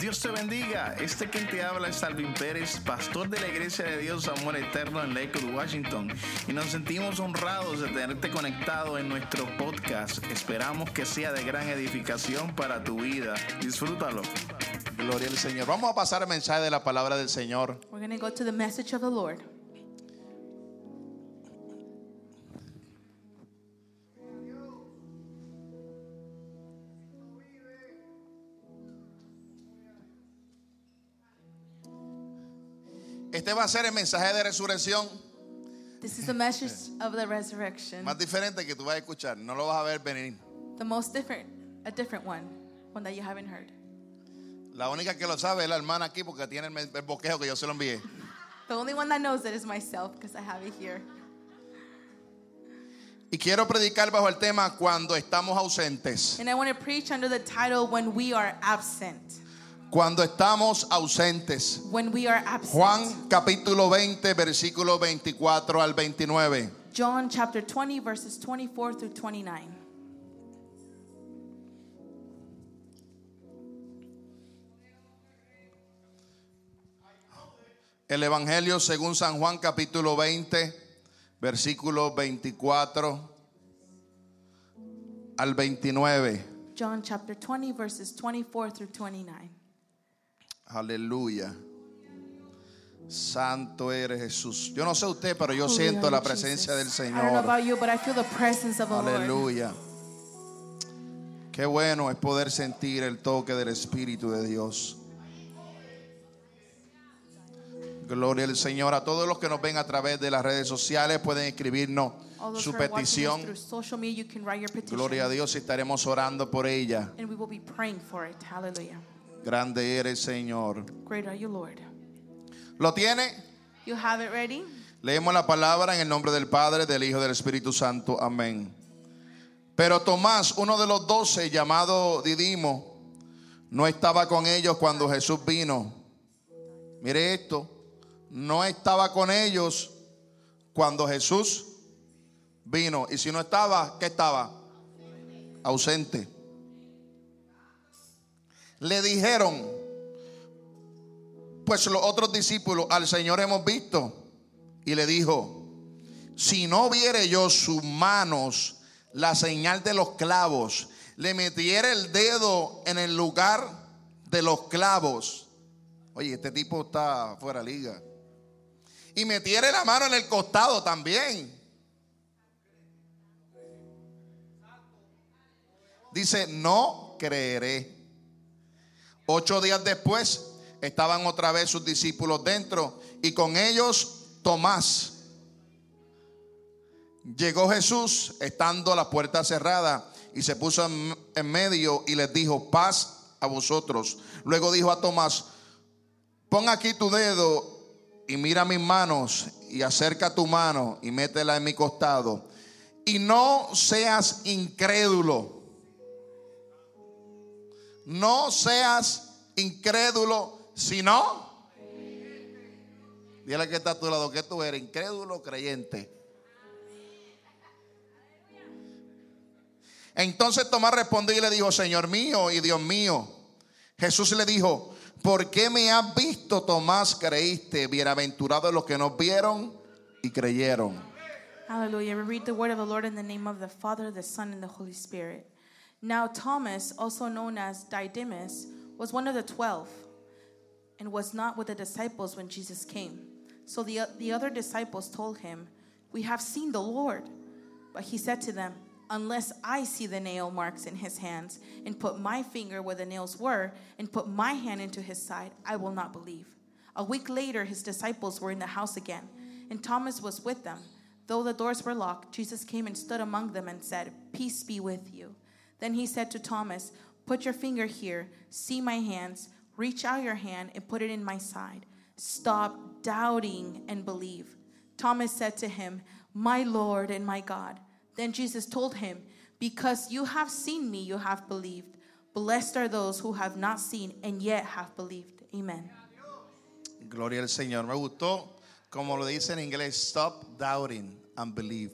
Dios te bendiga. Este quien te habla es Alvin Pérez, pastor de la Iglesia de Dios Amor Eterno en Lakewood, Washington. Y nos sentimos honrados de tenerte conectado en nuestro podcast. Esperamos que sea de gran edificación para tu vida. Disfrútalo. Gloria al Señor. Vamos a pasar al mensaje de la palabra del Señor. We're going to go to the message of the Lord. Este va a ser el mensaje de resurrección This is the message of the resurrection. más diferente que tú vas a escuchar. No lo vas a ver venir. The most different, a different one, one that you haven't heard. La única que lo sabe es la hermana aquí porque tiene el me- el boquejo que yo se lo envié. The only one that knows it is myself because I have it here. Y quiero predicar bajo el tema cuando estamos ausentes. And I want to preach under the title When We Are Absent. Cuando estamos ausentes. When We Are Absent. Juan capítulo 20, versículo 24 al 29. John chapter 20, verses 24 through 29. El Evangelio según San Juan capítulo 20, versículo 24 al 29. John chapter 20, verses 24 through 29. Aleluya. Santo eres Jesús. Yo no sé usted, pero yo Holy siento are la you, presencia del Oh, Jesus. I don't know Señor. about you, but I feel the presence of the Lord. Aleluya. Qué bueno es poder sentir el toque del Espíritu de Dios. Gloria al Señor. A todos los que nos ven a través de las redes sociales pueden escribirnos All those su who are watching us through petición. social media, you can write your petition. Gloria a Dios y estaremos orando por ella. And we will be praying for it. Hallelujah. Grande eres, Señor. Great are you, Lord. ¿Lo tiene? You have it ready? Leemos la palabra en el nombre del Padre, del Hijo y del Espíritu Santo. Amén. Pero Tomás, uno de los doce, llamado Didimo, no estaba con ellos cuando Jesús vino. Mire esto, no estaba con ellos cuando Jesús vino. Y si no estaba, ¿qué estaba? Ausente. Le dijeron, pues los otros discípulos, al Señor hemos visto. Y le dijo, si no viere yo sus manos la señal de los clavos, le metiere el dedo en el lugar de los clavos. Oye, este tipo está fuera de liga. Y metiere la mano en el costado también. Dice, no creeré. Ocho días después estaban otra vez sus discípulos dentro y con ellos Tomás. Llegó Jesús estando la puerta cerrada y se puso en, en medio y les dijo, paz a vosotros. Luego dijo a Tomás, pon aquí tu dedo y mira mis manos y acerca tu mano y métela en mi costado. Y no seas incrédulo. No seas incrédulo, sino. Dile al que está a tu lado que tú eres incrédulo o creyente. Entonces Tomás respondió y le dijo, Señor mío y Dios mío. Jesús le dijo, ¿por qué me has visto, Tomás? Creíste, bienaventurados los que nos vieron y creyeron. Hallelujah. We read the word of the Lord in the name of the Father, the Son, and the Holy Spirit. Now, Thomas, also known as Didymus, was one of the twelve and was not with the disciples when Jesus came. So the, the other disciples told him, We have seen the Lord. But he said to them, Unless I see the nail marks in his hands and put my finger where the nails were and put my hand into his side, I will not believe. A week later, his disciples were in the house again, and Thomas was with them. Though the doors were locked, Jesus came and stood among them and said, Peace be with you. Then he said to Thomas, Put your finger here, see my hands, reach out your hand and put it in my side. Stop doubting and believe. Thomas said to him, My Lord and my God. Then Jesus told him, Because you have seen me, you have believed. Blessed are those who have not seen and yet have believed. Amen. Gloria al Señor. Me gustó, como lo dice en inglés, stop doubting and believe.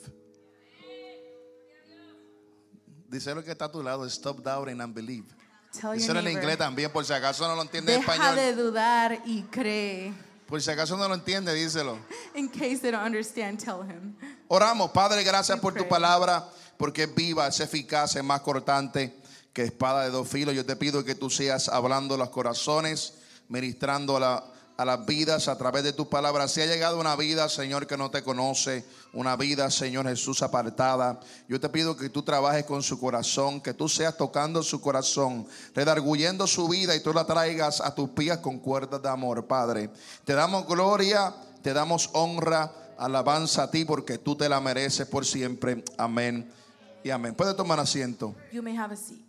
Dice lo que está a tu lado, stop doubting and believe. Tell Eso your era en neighbor, inglés también, por si acaso no lo entiende en deja español. de dudar y cree. Por si acaso no lo entiende, díselo. In case they don't understand, tell him. Oramos, Padre, gracias We por tu pray. palabra, porque es viva, es eficaz, es más cortante que espada de dos filos. Yo te pido que tú seas hablando a los corazones, ministrando a, la- a las vidas a través de tus palabras. Si ha llegado una vida, Señor, que no te conoce, una vida, Señor Jesús, apartada, yo te pido que tú trabajes con su corazón, que tú seas tocando su corazón, redarguyendo su vida y tú la traigas a tus pies con cuerdas de amor, Padre. Te damos gloria, te damos honra. Alabanza a ti porque tú te la mereces por siempre. Amén y amén. Puede tomar asiento. You may have a seat.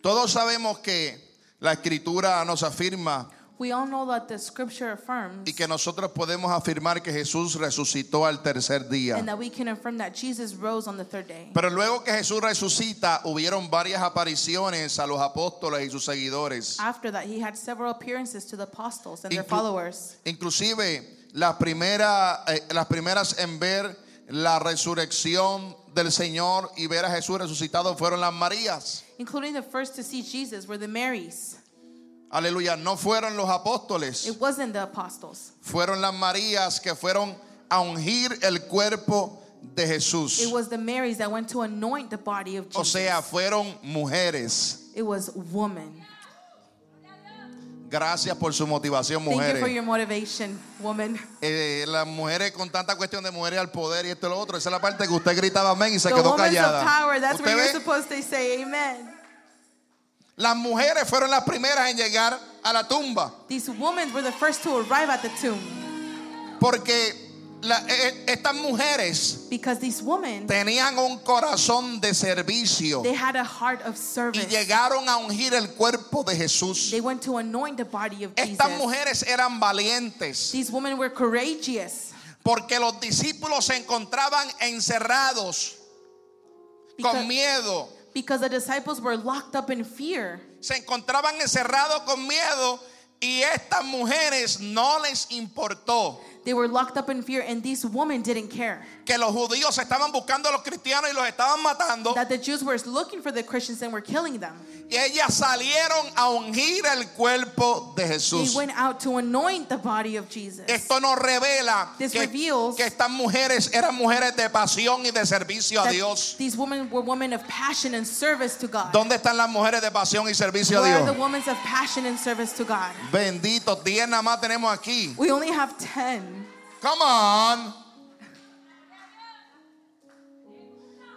Todos sabemos que la escritura nos afirma We all know that the scripture affirms y que nosotros podemos afirmar que Jesús resucitó al tercer and día. that we can affirm that Jesus rose on the third day. Pero luego que Jesús resucita, hubieron varias apariciones a los apóstoles y sus seguidores. After that, he had several appearances to the apostles and their Inclu- followers. Inclusive las primera- eh, las primeras en ver la resurrección del Señor y ver a Jesús resucitado fueron las Marías. Including the first to see Jesus were the Marys. Aleluya, no fueron los apóstoles, It wasn't the apostles. fueron las Marías que fueron a ungir el cuerpo de Jesús. It was the Marys that went to anoint the body of O Jesus. sea, fueron mujeres. it was woman. Gracias por su motivación, Thank you for mujeres. your motivation, woman. Eh, las mujeres con tanta cuestión de mujeres al poder y esto y lo otro. Esa es la parte que usted gritaba amén y se The quedó woman's of power. callada. That's Usted where you're ve, supposed to say amen. las mujeres fueron las primeras en llegar a la tumba. These women were the first to arrive at the tomb Porque la- eh, eh, estas mujeres because these women tenían un corazón de servicio. they had a heart of y service. llegaron a ungir el cuerpo de Jesús. They went to anoint the body of Jesus. Estas mujeres eran valientes These women were courageous porque los discípulos se encontraban encerrados because, con miedo. because the disciples were locked up in fear. Se encontraban encerrados con miedo y estas mujeres no les importó They were locked up in fear, and these women didn't care que los judíos estaban buscando a los cristianos y los estaban matando. that the Jews were looking for the Christians and were killing them. Y ellas salieron a ungir el cuerpo de They Jesús. went out to anoint the body of Jesus. Esto nos revela This que, reveals- que estas mujeres eran mujeres de pasión y de servicio a That Dios. These women were women of passion and service to God. ¿Dónde están las mujeres de pasión y servicio a Where are the Dios? women of passion and service to God? Bendito, 10 nada más tenemos aquí. We only have 10. Come on.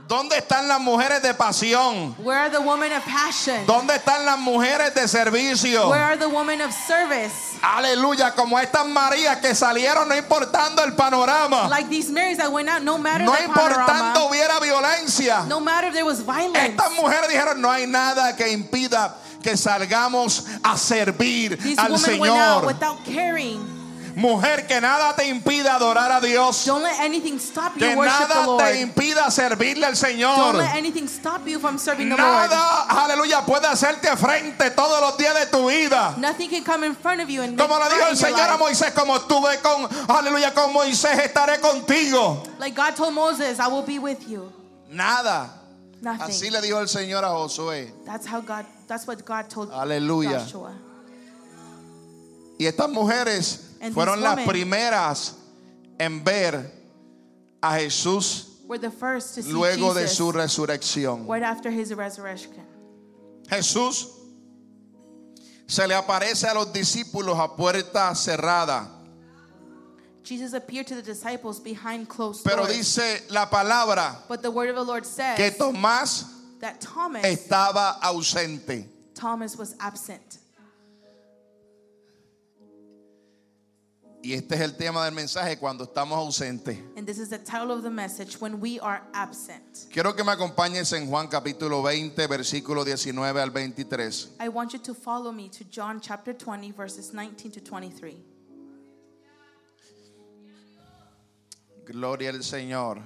¿Dónde están las mujeres de pasión? Where are the women of passion? ¿Dónde están las mujeres de servicio? Where are the women of service? Aleluya, como estas Marías que salieron no importando el panorama, Like these Marys that went out, no matter Ah. no the panorama, importando hubiera violencia. no matter if there was violence. Estas mujeres dijeron, no hay nada que impida que salgamos a servir These al women went out Señor. without caring. Mujer, que nada te impida adorar a Dios. Don't let anything stop you Que to worship the nada te Lord. impida servirle Don't al Señor. let anything stop you from serving the Lord. Nada, aleluya, puede hacerte frente todos los días de tu vida. Nothing can come in front of you and make Como le dijo el threat in your Señor a life. Moisés, como estuve con, aleluya, con Moisés, estaré contigo. Like God told Moses, I will be with you. Nada. Nothing. Así le dijo el Señor a Josué. That's how God that's what God told Aleluya. Joshua. Y estas mujeres And these fueron las women- primeras en ver a Jesús We're the first to see luego de Jesus su resurrección. right after his resurrection. Jesús se le aparece a los discípulos a puerta cerrada. Jesus appeared to the disciples behind closed Pero doors. dice la palabra but the word of the Lord says que Tomás that Thomas estaba ausente. Thomas was absent. Y este es el tema del mensaje cuando estamos ausentes. And this is the title of the message when we are absent. Quiero que me acompañes en Juan capítulo 20, versículo 19 al 23. I want you to follow me to John chapter 20 verses 19 to 23. Gloria al Señor.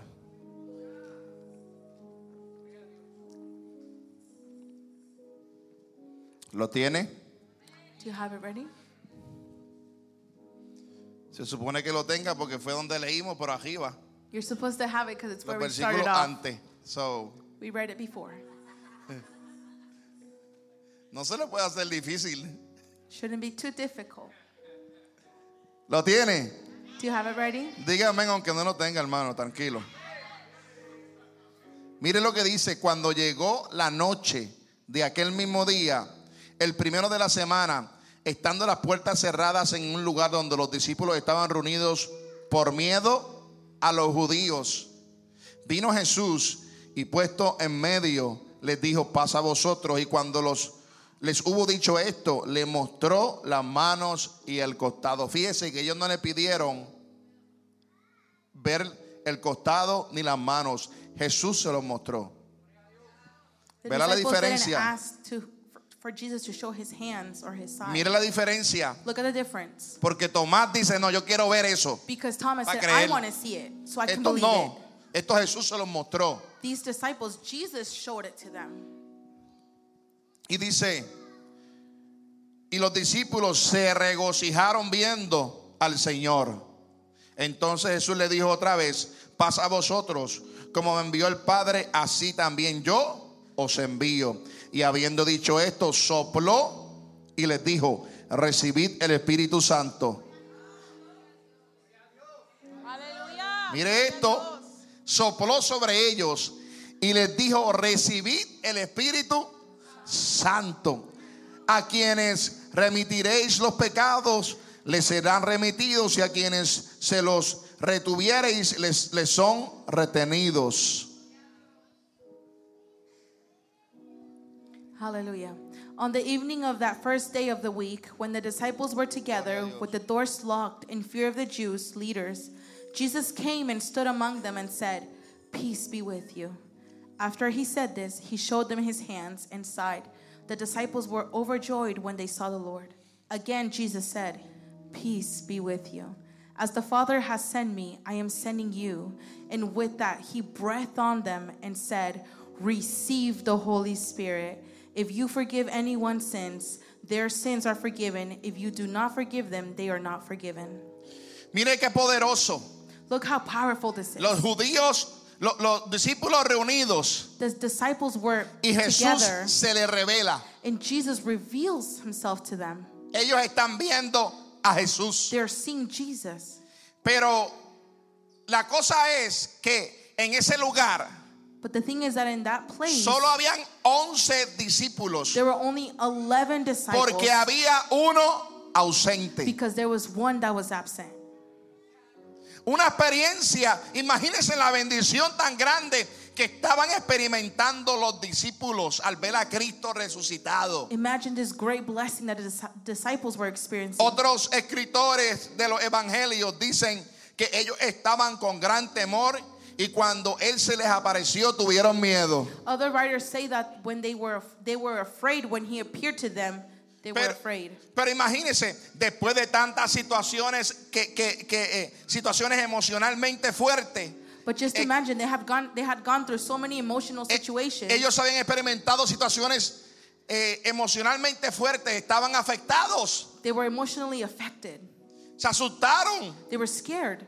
¿Lo tiene? Do you have it ready? Se supone que lo tenga porque fue donde leímos, pero arriba. You're supposed to have it because it's Los where we started versículos off. antes. So, We read it before. No se le puede hacer difícil. Shouldn't be too difficult. ¿Lo tiene? Do you have it ready? Dígame aunque no lo tenga, hermano, tranquilo. Mire lo que dice, cuando llegó la noche de aquel mismo día, el primero de la semana, estando las puertas cerradas en un lugar donde los discípulos estaban reunidos por miedo a los judíos, vino Jesús y puesto en medio les dijo, pasa a vosotros. Y cuando los, les hubo dicho esto, le mostró las manos y el costado. Fíjese que ellos no le pidieron ver el costado ni las manos. Jesús se los mostró. The Verá la disciples didn't diferencia. ask to, for Jesus to show his hands or his side. Mire la diferencia. Look at the difference. Porque Tomás dice, no, yo quiero ver eso. Because Thomas Va a said, I creer. want to see it, so I can Esto believe no. it. Esto Jesús se los mostró. These disciples, Jesus showed it to them. Y dice, y los discípulos se regocijaron viendo al Señor. Entonces Jesús le dijo otra vez, paz a vosotros, como me envió el Padre, así también yo os envío. Y habiendo dicho esto, sopló y les dijo, recibid el Espíritu Santo. Mire esto, sopló sobre ellos y les dijo, recibid el Espíritu Santo. A quienes remitiréis los pecados, les serán remitidos y a quienes se los retuviereis, les, les son retenidos. Hallelujah. On the evening of that first day of the week, when the disciples were together with the doors locked in fear of the Jews' leaders, Jesus came and stood among them and said, Peace be with you. After he said this, he showed them his hands and side. The disciples were overjoyed when they saw the Lord. Again, Jesus said, Peace be with you. As the Father has sent me, I am sending you. And with that, he breathed on them and said, Receive the Holy Spirit. If you forgive anyone's sins, their sins are forgiven. If you do not forgive them, they are not forgiven. Mire qué poderoso. Look how powerful this is. Los judíos, lo- los discípulos reunidos The disciples were y Jesús together, se le revela. and Jesus reveals himself to them. Ellos están viendo a Jesús. They're seeing Jesus. Pero la cosa es que en ese lugar But the thing is that in that place, solo habían 11 discípulos there were only 11 disciples porque había uno ausente. because there was one that was absent. Una experiencia, imagínense la bendición tan grande que estaban experimentando los discípulos al ver a Cristo resucitado. Imagine this great blessing that the dis- disciples were experiencing. Otros escritores de los evangelios dicen que ellos estaban con gran temor y cuando Él se les apareció tuvieron miedo. Other writers say that when they were they were afraid when he appeared to them, they were Pero, afraid. pero imagínense, después de tantas situaciones, que, que- que, eh, situaciones emocionalmente fuertes, But just imagine they have gone they had gone through so many emotional eh, situations. ellos habían experimentado situaciones eh, emocionalmente fuertes, estaban afectados, they were emotionally affected. se asustaron, They were scared.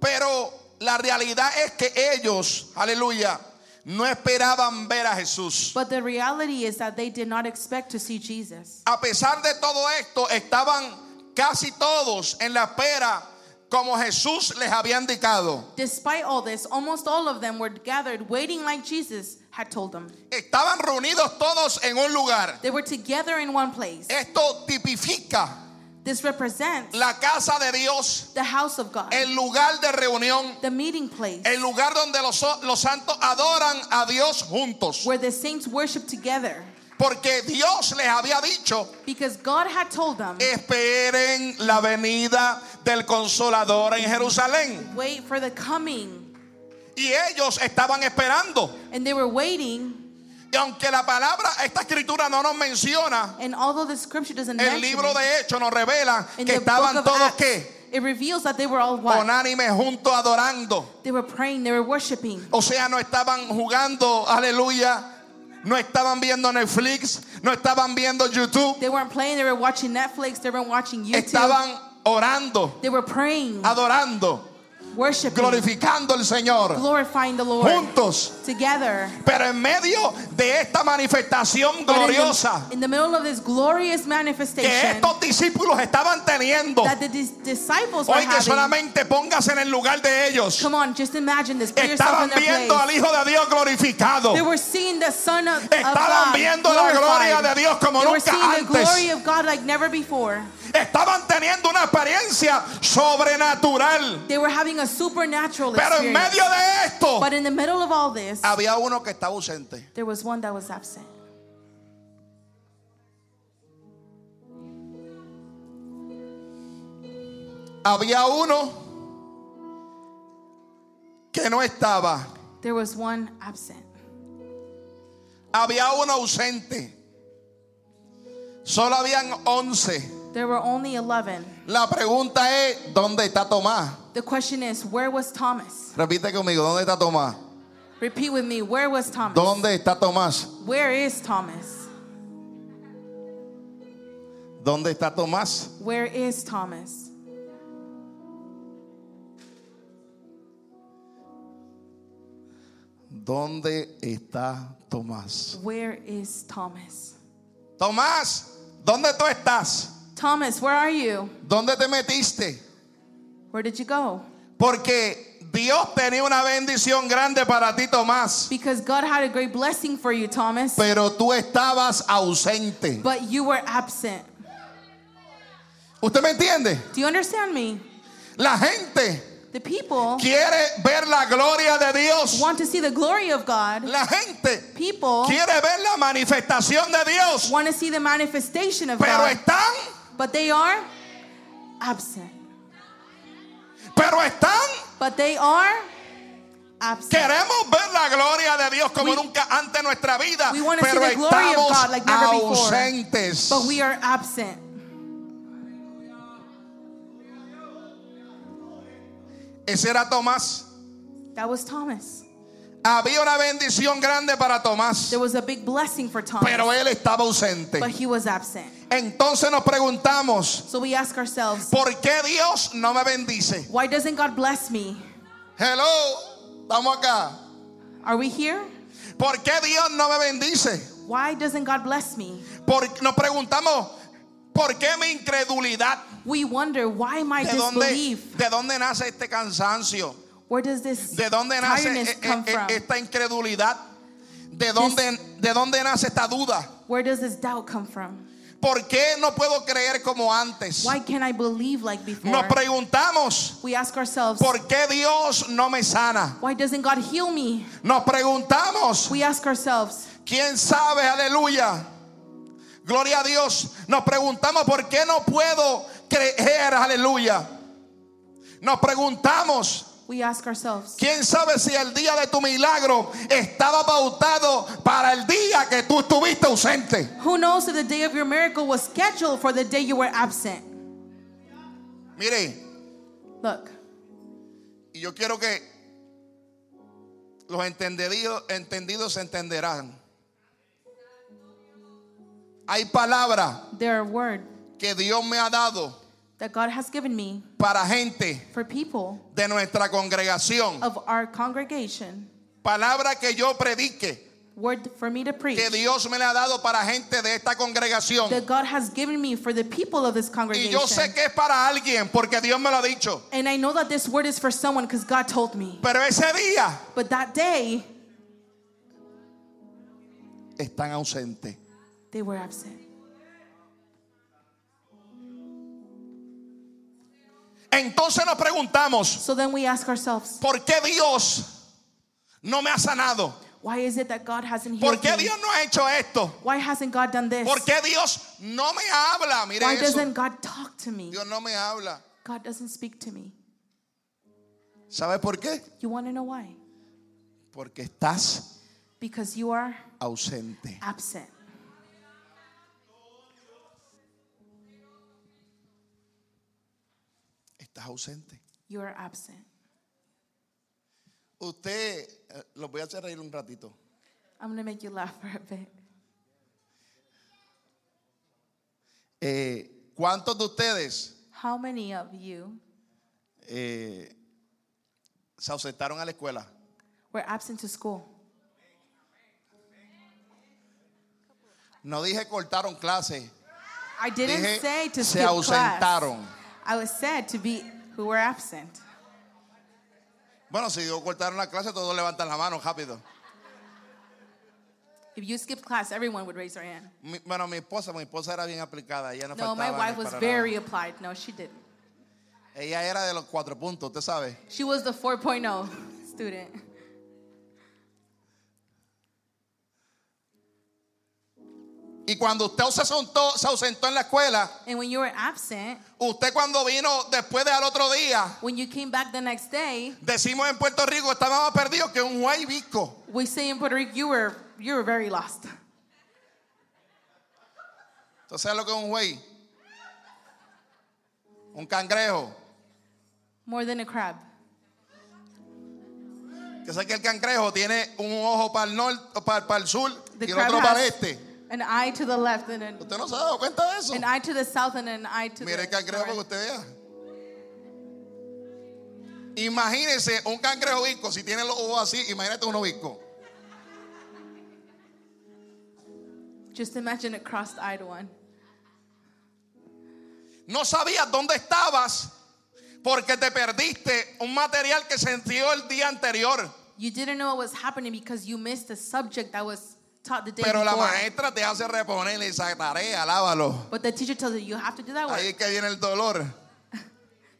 pero la realidad es que ellos, aleluya, no esperaban ver a Jesús. But the reality is that they did not expect to see Jesus. A pesar de todo esto, estaban casi todos en la espera como Jesús les había indicado. Despite all this, almost all of them were gathered waiting like Jesus had told them. Estaban reunidos todos en un lugar. They were together in one place. Esto tipifica This represents la casa de Dios, the house of God, el lugar de reunión, the meeting place el lugar donde los, los santos adoran a Dios juntos. where the saints worship together Porque Dios les había dicho, because God had told them, esperen la venida del consolador en Jerusalén. wait for the coming. Y ellos estaban esperando. And they were waiting. Y aunque la palabra, esta escritura no nos menciona, And although the scripture doesn't mention el libro it, de Hechos nos revela in que the book estaban of todos Acts, que it reveals that they were all one. unánimes juntos adorando. They were praying, they were worshiping. O sea, no estaban jugando, aleluya. No estaban viendo Netflix, no estaban viendo YouTube, They weren't playing, they were watching Netflix, they weren't watching YouTube. estaban orando, They were praying, adorando. worshiping, glorificando al Señor glorifying the Lord juntos. together. Pero en medio de esta manifestación But in the- gloriosa In the, middle of this glorious que manifestation estos discípulos estaban teniendo, that the dis- disciples were hoy que having, solamente póngase en el lugar de ellos, come on, just imagine this. Put yourself in estaban their viendo place. al Hijo de Dios glorificado. They were seeing the Son of, of Estaban God viendo la gloria glorified. de Dios como They were nunca seeing the antes. glory of God like never before. Estaban teniendo una apariencia sobrenatural. They were having a supernatural Pero en experience. medio de esto but in the middle of all this, había uno que estaba ausente. there was one that was absent. Había uno que no estaba. There was one absent. Había uno ausente. Solo habían 11. There were only 11. La pregunta es, ¿dónde está Tomás? The question is, where was Thomas? Repite conmigo, ¿dónde está Tomás? Repeat with me, where was Thomas? ¿Dónde está Tomás? Where is Thomas? ¿Dónde está Tomás? Where is Thomas? ¿Dónde está Tomás? Where is Thomas? Tomás, ¿dónde tú estás? Thomas, where are you? ¿Dónde te metiste? Where did you go? Porque Dios tenía una bendición grande para ti, Tomás. Because God had a great blessing for you, Thomas, Pero tú estabas ausente. but you were absent. ¿Usted me entiende? Do you understand me? La gente The people quiere ver la gloria de Dios. want to see the glory of God. La gente People quiere ver la manifestación de Dios. want to see the manifestation of Pero God, están, but they are absent. pero están. But they are absent. Queremos ver la gloria de Dios como We- nunca antes en nuestra vida. We wanna see Pero the glory of estamos God like never before. ausentes. But we are absent. Ese era Tomás. That was Thomas. Había una bendición grande para Tomás, There was a big blessing for pero Thomas, él estaba ausente. but he was absent. Entonces nos preguntamos, So we ask ourselves, ¿por qué Dios no me bendice? why doesn't God bless me? Hello, estamos acá. Are we here? ¿Por qué Dios no me bendice? Why doesn't God bless me? Por- nos preguntamos, ¿por qué mi incredulidad? We wonder why my ¿De dónde, disbelief. ¿De dónde nace este cansancio? Where does this ¿De dónde nace tiredness eh, eh, come eh, from? esta incredulidad? ¿De dónde, ¿De dónde nace esta duda? Where does this doubt come from? ¿Por qué no puedo creer como antes? Why can't I believe like before? Nos preguntamos, We ask ourselves, ¿Por qué Dios no me sana? why doesn't God heal me? Nos preguntamos, We ask ourselves, ¿quién sabe? Aleluya. Gloria a Dios. Nos preguntamos, ¿por qué no puedo creer? Aleluya. Nos preguntamos, we ask ourselves, ¿quién sabe si el día de tu milagro estaba pautado para el día que tú estuviste ausente? who knows if the day of your miracle was scheduled for the day you were absent? Mire, Look, y yo quiero que los entendidos, entendidos entenderán. Hay palabras there are word que Dios me ha dado that God has given me para gente for people de nuestra congregación. of our congregation, Palabra que yo predique, word for me to preach, que Dios me la ha dado para gente de esta congregación. that God has given me for the people of this Y congregation. yo sé que es para alguien, porque Dios me lo ha dicho. And I know that this word is for someone because God told me. Pero ese día But that day, están ausentes. they were absent. Entonces nos preguntamos, So then we ask ourselves, ¿por qué Dios no me ha sanado? why is it that God hasn't ¿Por healed qué me? Dios no ha hecho esto? Why hasn't God done this? ¿Por qué Dios no me habla? Mire Why eso. doesn't God talk to me? Dios no me habla. God doesn't speak to me. ¿Sabes por qué? You want to know why? Porque estás Because you are ausente. absent. Estás ausente. You are absent. Usted, eh, los voy a hacer reír un ratito. I'm going to make you laugh for a bit. Eh, ¿Cuántos de ustedes How many of you eh, se ausentaron a la escuela. were absent to school. No dije cortaron clases. I didn't Dije, say to "Se skip ausentaron." class. I was said to be who were absent. Bueno, si digo cortaron la clase, todos levantan la mano rápido. If you skipped class, everyone would raise their hand. Mi- bueno, mi esposa, mi esposa era bien aplicada. Ella no, No, faltaba my ni wife was para very applied. No, she didn't. nada. Ella era de los cuatro puntos, usted sabe. She was the 4.0 student. Y cuando usted se ausentó, se ausentó en la escuela, And when you were absent, usted cuando vino después del otro día, when you came back the next day, decimos en Puerto Rico, estaba más perdido que un guay visco. we say in Puerto Rico, you were you were very lost. ¿Tú sabes lo que es un güey? Un cangrejo. More than a crab. Yo sé que el cangrejo tiene un ojo para el, norte, para, para el sur The y el crab otro para el has- este. An eye to the left and an, ¿Usted no se ha dado cuenta de eso? an eye to the south and an eye to Mire el the cangrejo para que north. usted vea. Imagínese un cangrejo visco. Si tiene los ojos así, imagínate uno visco. Just imagine a crossed-eyed one. No sabías dónde estabas porque te perdiste un material que sentió el día anterior. You didn't know what was happening because you missed a subject that was taught the day Pero la before. maestra te hace reponer esa tarea, lávalo. But the teacher tells you you have to do that work. Ahí es que viene el dolor.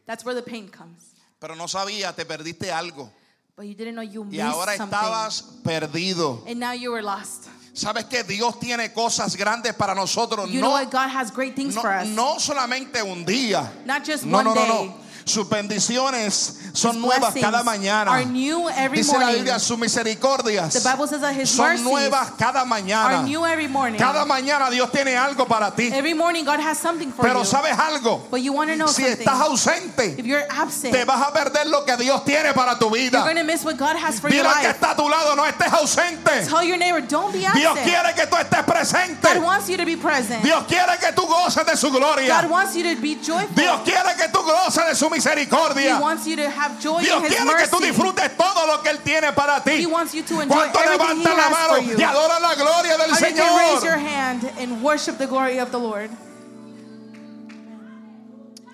That's where the pain comes. Pero no sabías, te perdiste algo. But you didn't know you Y missed ahora something. estabas perdido. And now you were lost. Sabes que Dios tiene cosas grandes para nosotros. You know no, what? God has great things for no, us. no solamente un día. Not just No, one no, no, day. no. Sus bendiciones son His nuevas cada blessings mañana. Are new every Dice la morning. Biblia, sus misericordias The Bible says that his son mercies nuevas cada are mañana. new every morning. Cada mañana Dios tiene algo para ti. every morning God has something for Pero you. sabes algo, but you want to know si something. estás ausente, if you're absent, te vas a perder lo que Dios tiene para tu you're vida. going to miss what God has for your Dile al que life. está a tu lado, no estés ausente. Tell your neighbor, don't be absent. Dios quiere que tú estés presente. God wants you to be present. Dios quiere que tú goces de su gloria. God wants you to be joyful. Dios quiere que tú goces de su He misericordia. wants you to have joy Dios in His quiere que tú mercy. disfrutes todo lo que Él tiene para He ti. wants you to enjoy Cuánto everything He levanta la has mano for you. y adora la gloria del How you can raise your Señor. hand and worship the glory of the Lord.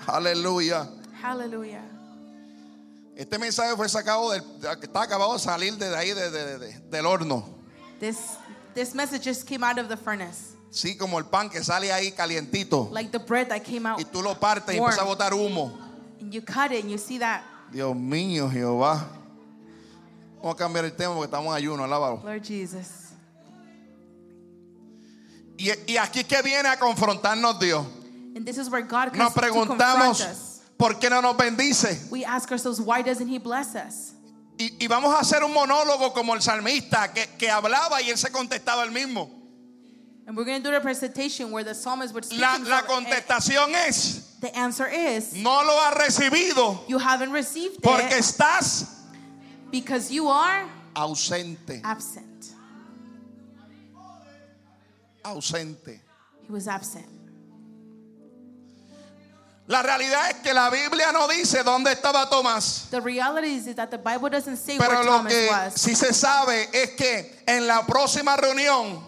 Aleluya. Hallelujah. Este mensaje fue sacado del, de- está acabado de salir de ahí de- de- de- del horno. This this message just came out of the furnace, Sí, como el pan que sale ahí calientito. like the bread that came out, Y tú lo partes y Warm. empieza a botar humo. and you cut it, and you see that. Dios mío, Jehová. Vamos a cambiar el tema porque estamos en ayuno, alábalo. Lord Jesus. Y, y aquí es que viene a confrontarnos Dios. And this is where God comes Nos to confront preguntamos us. por qué no nos bendice. We ask ourselves, why doesn't He bless us? Y, y vamos a hacer un monólogo como el salmista que, que hablaba y él se contestaba él mismo. And we're going to do a presentation where the psalmist would speak La, la himself, and eh, contestación es, The answer is, no lo has recibido you haven't received porque it estás because you are ausente, absent. ausente. He was absent. La realidad es que la Biblia no dice dónde estaba Tomás. The reality is that the Bible doesn't say Pero where lo Thomas que was. sí se sabe es que en la próxima reunión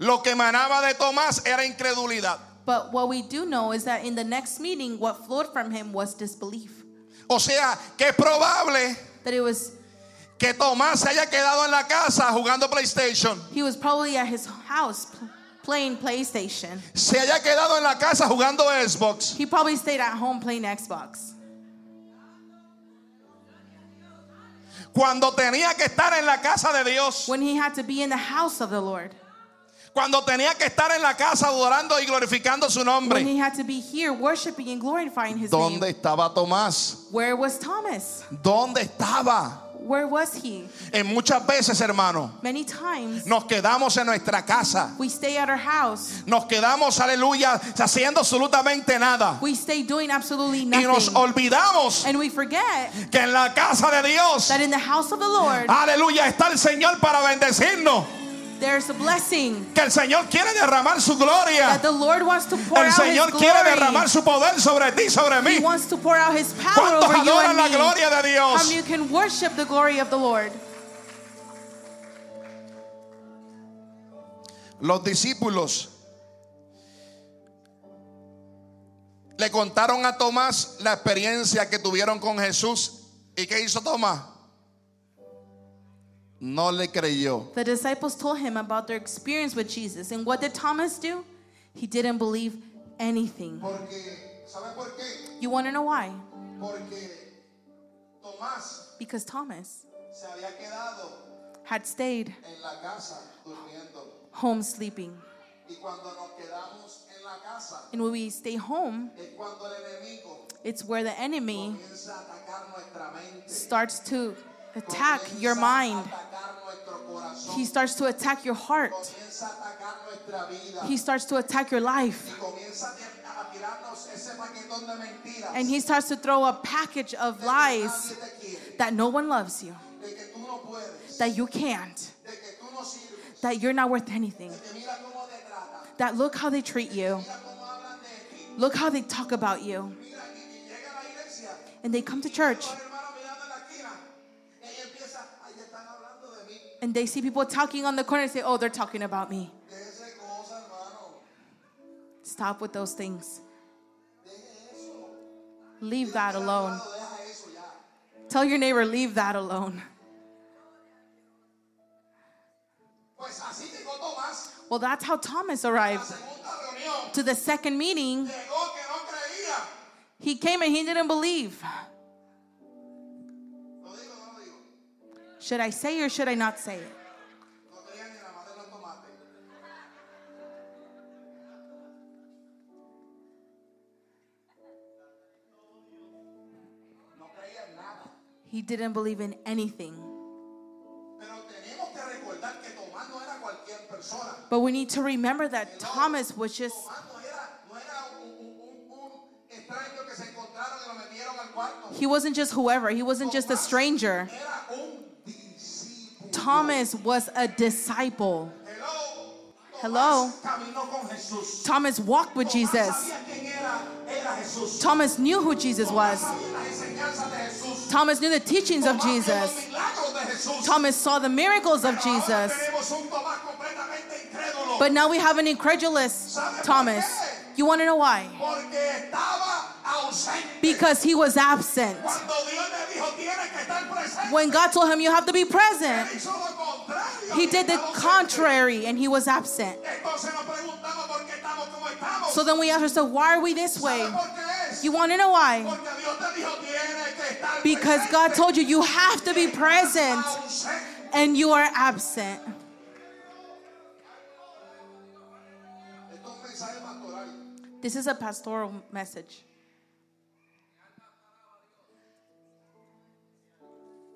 lo que emanaba de Tomás era incredulidad. But what we do know is that in the next meeting, what flowed from him was disbelief. O sea, que es probable That it was, que Tomás se haya quedado en la casa jugando PlayStation. he was probably at his house p- playing PlayStation. Se haya quedado en la casa jugando Xbox. He probably stayed at home playing Xbox. Cuando tenía que estar en la casa de Dios. When he had to be in the house of the Lord. Cuando tenía que estar en la casa adorando y glorificando su When nombre. he had to be here worshiping and glorifying his ¿Dónde name. estaba Tomás? Where was Thomas? ¿Dónde estaba? Where was he? En muchas veces, hermano, Many times nos quedamos en nuestra casa. we stay at our house. Nos quedamos, aleluya, haciendo absolutamente nada. We stay doing absolutely Y nos nothing. olvidamos And we forget que en la casa de Dios, Ah, that in the house of the Lord aleluya, está el Señor para bendecirnos. There's a blessing Que el Señor quiere derramar su gloria. that the Lord wants to pour El out His Señor quiere derramar glory. su poder sobre ti, sobre He mí. wants to pour out His power ¿Cuántos over you adoran and la me. gloria de Come, Dios? you can worship the glory of the Lord. Los discípulos le contaron a Tomás la experiencia que tuvieron con Jesús. ¿Y qué hizo Tomás? No le creyó. The disciples told him about their experience with Jesus. And what did Thomas do? He didn't believe anything. Porque, ¿sabe por qué? You want to know why? Porque Tomás Because Thomas se había quedado had stayed en la casa durmiendo. home sleeping. Y cuando nos quedamos en la casa And when we stay home, es cuando el enemigo it's where the enemy comienza a atacar nuestra mente. starts to attack your mind. He starts to attack your heart. Comienza a atacar nuestra vida. He starts to attack your life. Comienza a tirarnos ese paquetón de mentiras. And he starts to throw a package of lies Nadie te quiere, that no one loves you, de que tú no puedes, that you can't, de que tú no sirves. that you're not worth anything, Que mira cómo te tratan, that look how they treat you, mira cómo hablan de ti. look how they talk about you. Mira, y, y llega a la iglesia, And they come to church los hermanos mirando en la esquina, y ahí empieza, ahí están hablando de mí. and they see people talking on the corner and say, oh, they're talking about me. Déjese cosa, hermano. Stop with those things. Leave that alone. Deja eso ya. Tell your neighbor, leave that alone. Pues así llegó Tomás, Well, that's how Thomas la arrived. segunda reunión. To the second meeting, Llegó que no creía. he came and he didn't believe. Lo digo, no lo digo. Should I say or should I not say it? No creía ni la madre de los tomates. No creía en nada. He didn't believe in anything. Pero tenemos que recordar que Tomás no era cualquier persona. But we need to remember that Thomas was just, Tomás no era, no era un, un- un- un extraño que se encontraron y lo metieron al cuarto. he wasn't just whoever, he wasn't just a stranger. Era un discípulo. Thomas was a disciple. Hello. Hello. Tomás Caminó con Jesús. Thomas walked with Tomás Jesus. sabía quién era, era Jesús. Thomas knew who Jesus was. Sabía las enseñanzas de Jesús. Thomas knew the teachings of Tomás vio los Jesus. milagros de Jesús. Thomas saw the miracles of Ahora Jesus. tenemos un Tomás completamente incrédulo. But now we have an incredulous Thomas. You want to know why? Porque estaba ausente. Because he was absent. Cuando Dios le dijo tiene que estar presente, When God told him, You have to be present, él hizo lo contrario. he did the Estaba ausente. contrary and he was absent. Entonces nos preguntamos por qué estamos como estamos. So then we ask ourselves, Why are we this ¿Sabe way? por qué es? You want to know why? Porque Dios te dijo tiene que estar Because presente. God told you, You have to be present Ausente. and you are absent. Esto es un mensaje pastoral. This is a pastoral message.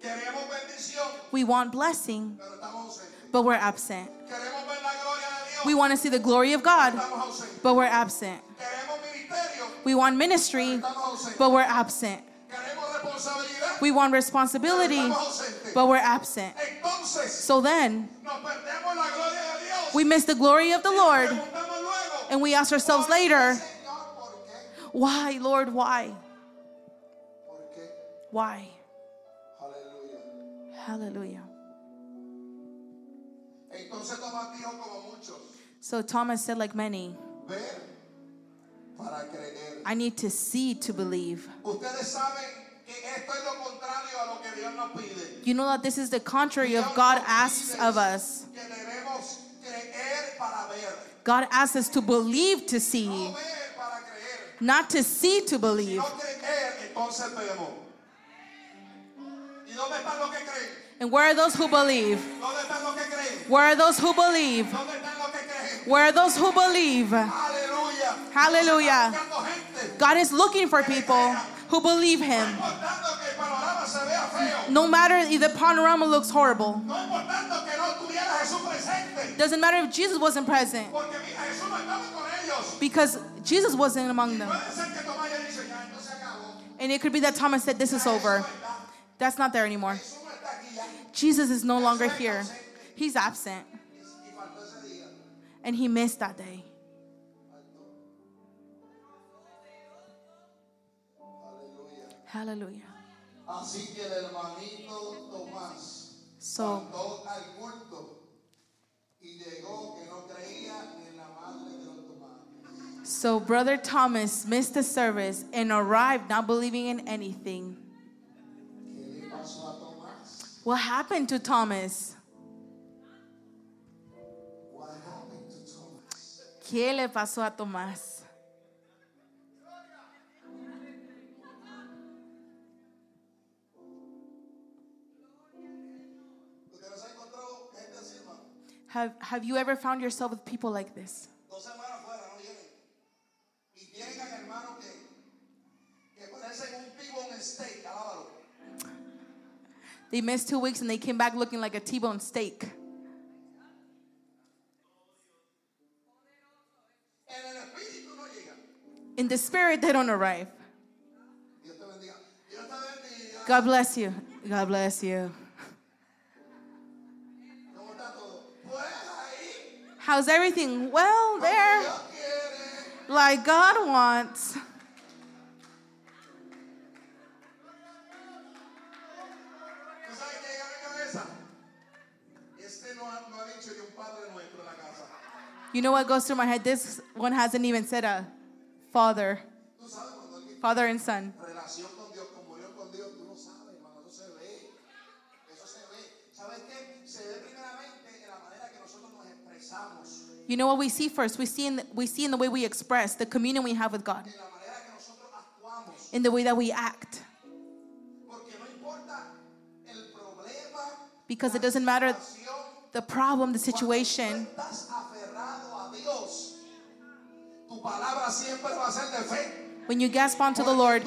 Queremos bendición, We want blessing, pero estamos ausentes. but we're absent. Queremos ver la gloria de Dios, We want to see the glory of God, estamos ausentes. but we're absent. Queremos ministerio, We want ministry, estamos ausentes. but we're absent. Queremos responsabilidad, We want responsibility, estamos ausentes. but we're absent. Entonces, So then nos perdemos la gloria de Dios. we miss the glory of the Lord Preguntamos luego, and we ask ourselves later, Señor, ¿por qué? why, Lord, why? ¿Por qué? Why? Aleluya. Hallelujah. Entonces Tomás dijo como muchos, So Thomas said, like many, ver para creer. I need to see to believe. Ustedes saben que esto es lo contrario a lo que Dios nos pide. You know that this is the contrary of God asks of us. que debemos creer para ver, God asks us to believe to see, no ver para creer. not to see to believe. No creer, entonces vemos. ¿Y dónde están los que creen? And where are those who believe? ¿Dónde están los que creen? Where are those who believe? ¿Dónde están los que creen? Where are those who believe? Aleluya. Hallelujah. Está buscando gente. God is looking for people who believe No Him. importando que el panorama se vea feo. No matter if the panorama looks horrible. No importando que no tuviera a Jesús presente. Doesn't matter if Jesus wasn't present Porque mira, Jesús no estaba con ellos. because Jesus wasn't among them. Puede ser que Tomás haya dicho, ya, esto se acabó. And it could be that Thomas said, This is over. That's not there anymore. Jesús no está aquí ya. Jesus is no longer here. He's absent. Y para and he missed that day. Hallelujah. Así que el hermanito Tomás So al culto y llegó que no creía ni en la madre de los Tomás. so brother Thomas missed the service and arrived not believing in anything. ¿Qué le pasó a Tomás? What happened to Thomas? What happened to Thomas? ¿Qué le pasó a Tomás? Usted no se ha encontrado gente así, hermano. Have, have you ever found yourself with people like this? Dos semanas fuera, no vienen. Y tienen al hermano que, que parece un T-bone steak, alábalo. They missed two weeks and they came back looking like a T-bone steak. En el espíritu no llega. In the spirit, they don't arrive. Dios te bendiga. Dios te bendiga. God bless you. God bless you. ¿Cómo está todo? Pues ahí, How's everything? Well, there. Dios quiere. Like God wants. ¿Tú sabes qué llega a mi cabeza? Este no ha, no ha dicho ni un padre nuestro en la casa. You know what goes through my head? This one hasn't even said a father, Tú sabes cuando alguien father and son. relación con Dios, comunión con Dios, tú no sabes, hermano, eso se ve. Eso se ve. ¿Sabes qué? Se ve primeramente en la manera que nosotros nos expresamos. You know what we see first? We see in the, we see in the way we express the communion we have with God, de la manera que nosotros actuamos, in the way that we act, porque no importa el problema, because it doesn't matter la situación, the problem, the cuando tú situation. estás aferrado a Dios, tu palabra siempre va a ser de fe. When you gasp onto the Lord,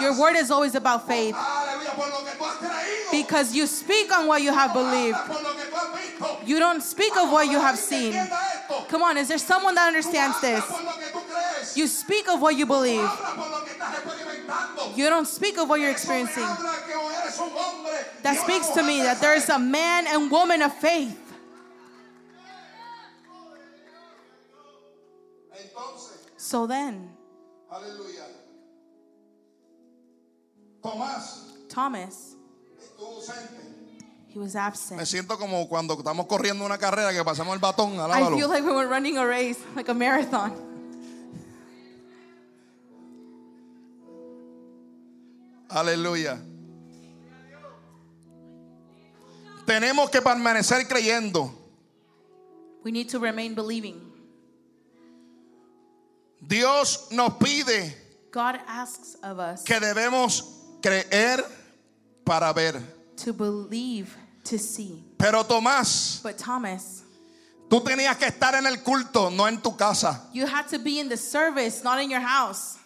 your word is always about faith, Aleluya, por lo que tú has creído. because you speak on what you have believed. Habla Por lo que tú has visto. You don't speak of what you have Alguien que seen. entienda esto. Come on, is there someone that Tú understands hablas this? Por lo que tú crees. You speak of what you believe. Habla por lo que estás experimentando. You don't speak of what you're Eso me experiencing. habla que o eres un hombre y That una speaks to mujer me de that fe. there is a man and woman of faith. Entonces, So then, Aleluya. Tomás Thomas, estuvo ausente. he was Me absent. siento como cuando estamos corriendo una carrera que pasamos el batón, I feel alábalo. like we were running a race, like a marathon. Aleluya. Tenemos que permanecer creyendo. We need to remain believing. Dios nos pide God asks of us que debemos creer para ver. to believe to see. Pero Tomás, But Thomas, tú tenías que estar en el culto, no en tu casa. you had to be in the service, not in your house.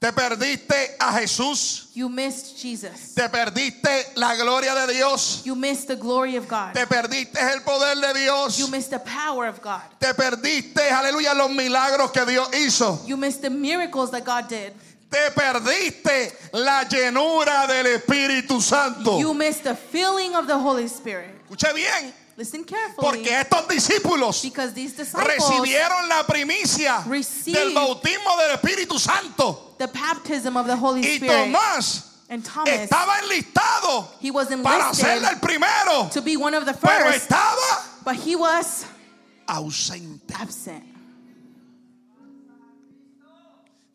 Te perdiste a Jesús, You missed Jesus. te perdiste la gloria de Dios. You missed the glory of God. Te perdiste el poder de You Dios. missed the power of God. Te perdiste, aleluya, los milagros que Dios hizo. You missed the miracles that God did. Te perdiste la llenura del Espíritu You Santo. missed the filling of the Holy Spirit. Escuche bien, Listen carefully. porque estos discípulos Because these disciples recibieron la primicia Received. del bautismo del Espíritu Santo. the baptism of the Holy Y Spirit. Tomás And Thomas, estaba enlistado he was para ser enlisted el primero, to be one of the pero first, estaba but he was ausente. absent.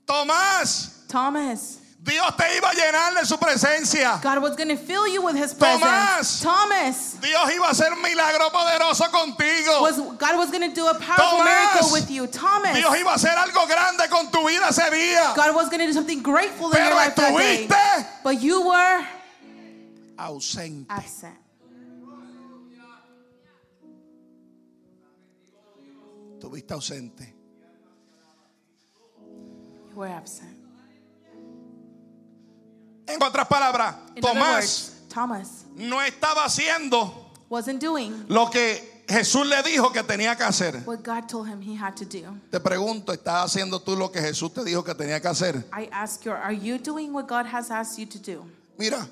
Tomás, Thomas, Dios te iba a llenar de su presencia. God was going to fill you with his presence. Tomás. Thomas, Dios iba a hacer un milagro poderoso contigo. was, God was going to do a powerful Tomás. miracle with you. Thomas, Dios iba a hacer algo grande con tu vida ese día. God was going to do something grateful in your Pero life that day. estuviste But you were ausente. absent. Estuviste ausente. You were absent. En otras palabras, In other Tomás words, Thomas no estaba haciendo wasn't doing lo que Jesús le dijo que tenía que hacer. what God told him he had to do. Te pregunto, ¿estás haciendo tú lo que Jesús te dijo que tenía que hacer? I ask you, are you doing what God has asked you to do? Mira,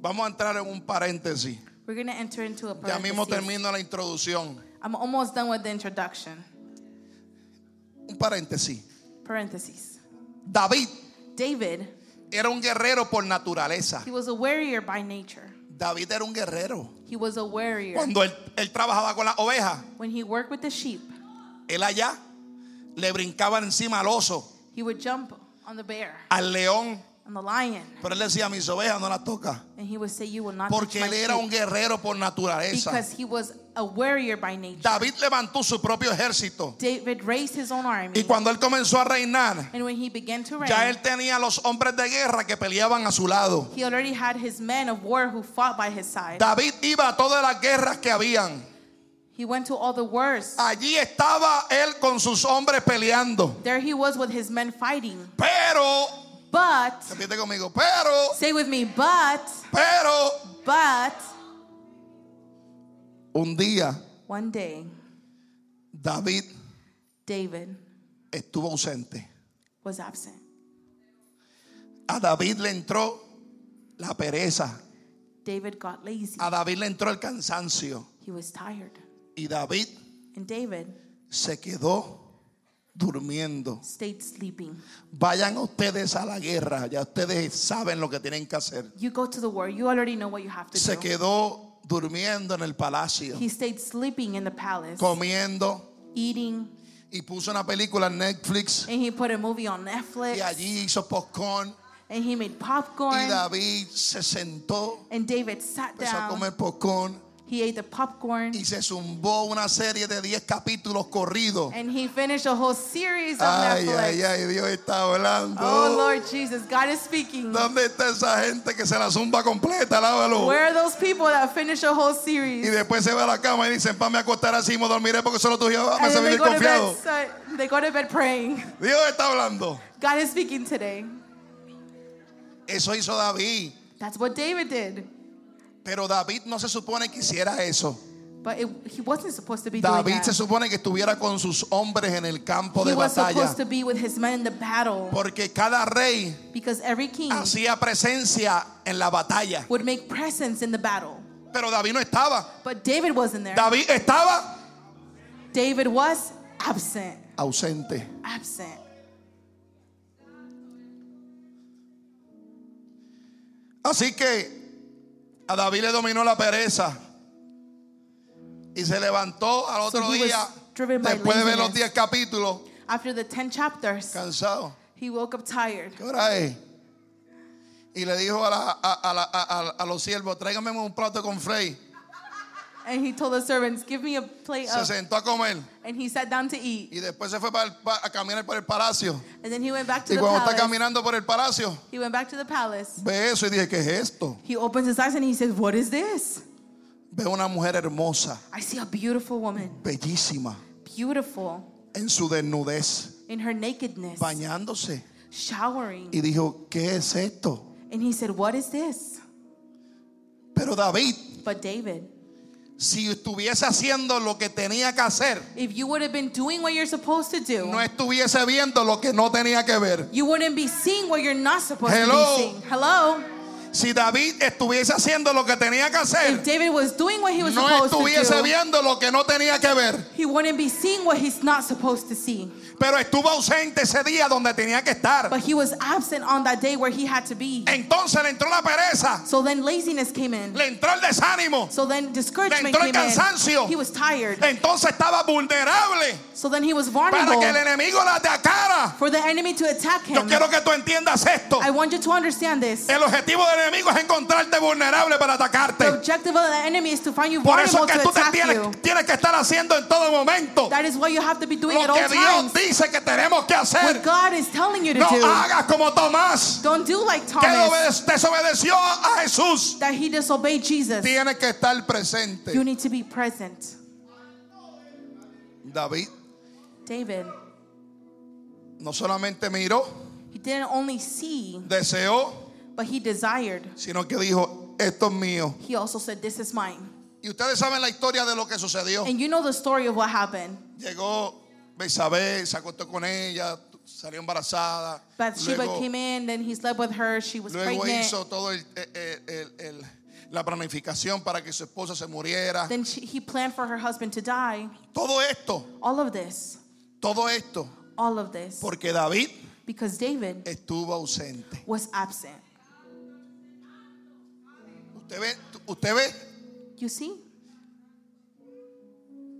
vamos a entrar en un paréntesis. We're going to enter into a Ya mismo parenthesis. termino la introducción. I'm almost done with the introduction. un paréntesis. Parentheses. David David, era un guerrero por naturaleza. he was a warrior by nature. David era un guerrero. He was a warrior. Cuando él, él trabajaba con las ovejas, When he worked with the sheep, él allá le brincaba encima al oso, he would jump on the bear, al león. on the lion, Pero él decía, mis ovejas no las toca. and he would say, You will not touch Porque my él era un sheep. guerrero por naturaleza. Because he was a warrior by nature. David levantó su propio ejército. David raised his own army. Y cuando él comenzó a reinar, And when he began to reign, ya él tenía los hombres de guerra que peleaban a su lado. he already had his men of war who fought by his side. David iba a todas las guerras que habían. He went to all the wars. Allí estaba él con sus hombres peleando. There he was with his men fighting. Pero, But, repite conmigo, pero, say with me, but, pero, but, un día one day, David David estuvo ausente. was absent. A David le entró la pereza. David got lazy. A David le entró el cansancio. He was tired. Y David And David se quedó durmiendo. stayed sleeping. Vayan ustedes a la guerra. Ya ustedes saben lo que tienen que hacer. You go to the war, you already know what you have to Se do. quedó durmiendo en el palacio, He stayed sleeping in the palace, comiendo. eating, Y puso una película en Netflix. and he put a movie on Netflix, Y allí hizo popcorn. and he made Y popcorn, David se sentó, and David sat empezó a down. comer popcorn. He ate the popcorn, Y se zumbó una serie de 10 capítulos corridos. and he finished a whole series on Ay, Netflix. ay, ay, Dios está hablando. Oh Lord Jesus, God is speaking. ¿Dónde está esa gente que se la zumba completa? Lávalo. Where are those people that finish a whole Oh. Y series? después se va a la cama y dicen, pa, me acostaré así, me dormiré porque solo tú y yo me And hace then they vivir go to confiado. bed. so- They go to bed praying. Dios está hablando. God is speaking today. Eso hizo David. That's what David did. Pero David no se supone que hiciera eso. But it, he wasn't supposed to be doing David that. se supone que estuviera con sus hombres en el campo he de was batalla. supposed to be with his men in the battle Porque cada rey because every king hacía presencia en la batalla. would make presence in the battle. Pero David no estaba. But David wasn't there. David estaba David was absent. ausente. Absent. Así que a David le dominó la pereza y se levantó al So otro he was día driven by después de ver los laziness. 10 capítulos After the 10 chapters, cansado. he woke up tired. ¿Qué hora es? Y le dijo a, la- a- a la- a- a- a los siervos, tráigame un plato con Frey. And he told the servants, Give me a plate Se of. sentó a comer And he sat down to eat. y después se fue para el pa- a caminar por el palacio. And then he went back to Y the cuando está palace. caminando por el palacio, He went back to the palace. ve eso y dije, ¿qué es esto? He opens his eyes and he says, What is this? Ve una mujer hermosa, I see a beautiful woman, bellísima, beautiful en su desnudez, in her nakedness, bañándose. showering. Y dijo, ¿qué es esto? And he said, What is this? Pero David, But David, si estuviese haciendo lo que tenía que hacer, if you would have been doing what you're supposed to do, no estuviese viendo lo que no tenía que ver. you wouldn't be seeing what you're not supposed Hello. to be seeing. Hello? Si David estuviese haciendo lo que tenía que If hacer, David was doing what he was no supposed estuviese to do, viendo lo que no tenía que ver. he wouldn't be seeing what he's not supposed to see. Pero estuvo ausente ese día donde tenía que estar. But he was absent on that day where he had to be. Entonces le entró la pereza, So then laziness came in. le entró el desánimo, So then discouragement Le entró el came cansancio. in. He was tired. entonces estaba vulnerable So then he was para que el vulnerable enemigo la atacara. for the enemy to attack Yo him. quiero que tú entiendas esto. I want you to understand this. El objetivo del enemigo es encontrarte vulnerable para The atacarte. objective of the enemy is to find you Por eso vulnerable es que to tú te attack you. tienes, tienes que estar haciendo en todo momento That is what you have to be doing at lo all que Dios times. dice que tenemos que What hacer. God is telling you to No do. hagas como Tomás, Don't do like que Thomas, obede- desobedeció a Jesús. that he disobeyed Jesus. Tienes que estar You presente. need to be present. David David, no solamente miró, he didn't only see, deseó, but he desired. sino que dijo, esto es mío. He also said, This is mine. Y ustedes saben la historia de lo que sucedió. And you know the story of what happened. Llegó Isabel, se acostó con ella, salió embarazada. Bathsheba Luego- came in, then he slept with her. She was Luego pregnant. hizo todo el- el- el- el- la planificación para que su esposa se muriera. Then she, he planned for her husband to die. Todo esto, All of this, todo esto all of this Porque David because David estuvo ausente. was absent. Usted ve, usted ve, You see?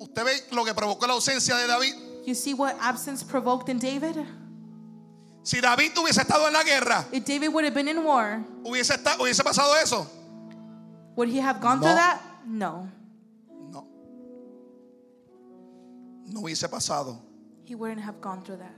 usted ve lo que provocó la ausencia de David. You see what absence provoked in David? Si David hubiese estado en la guerra, If David would have been in war, hubiese, esta- hubiese pasado eso. would he have gone through No. that? No, No. No hubiese pasado. he wouldn't have gone through that.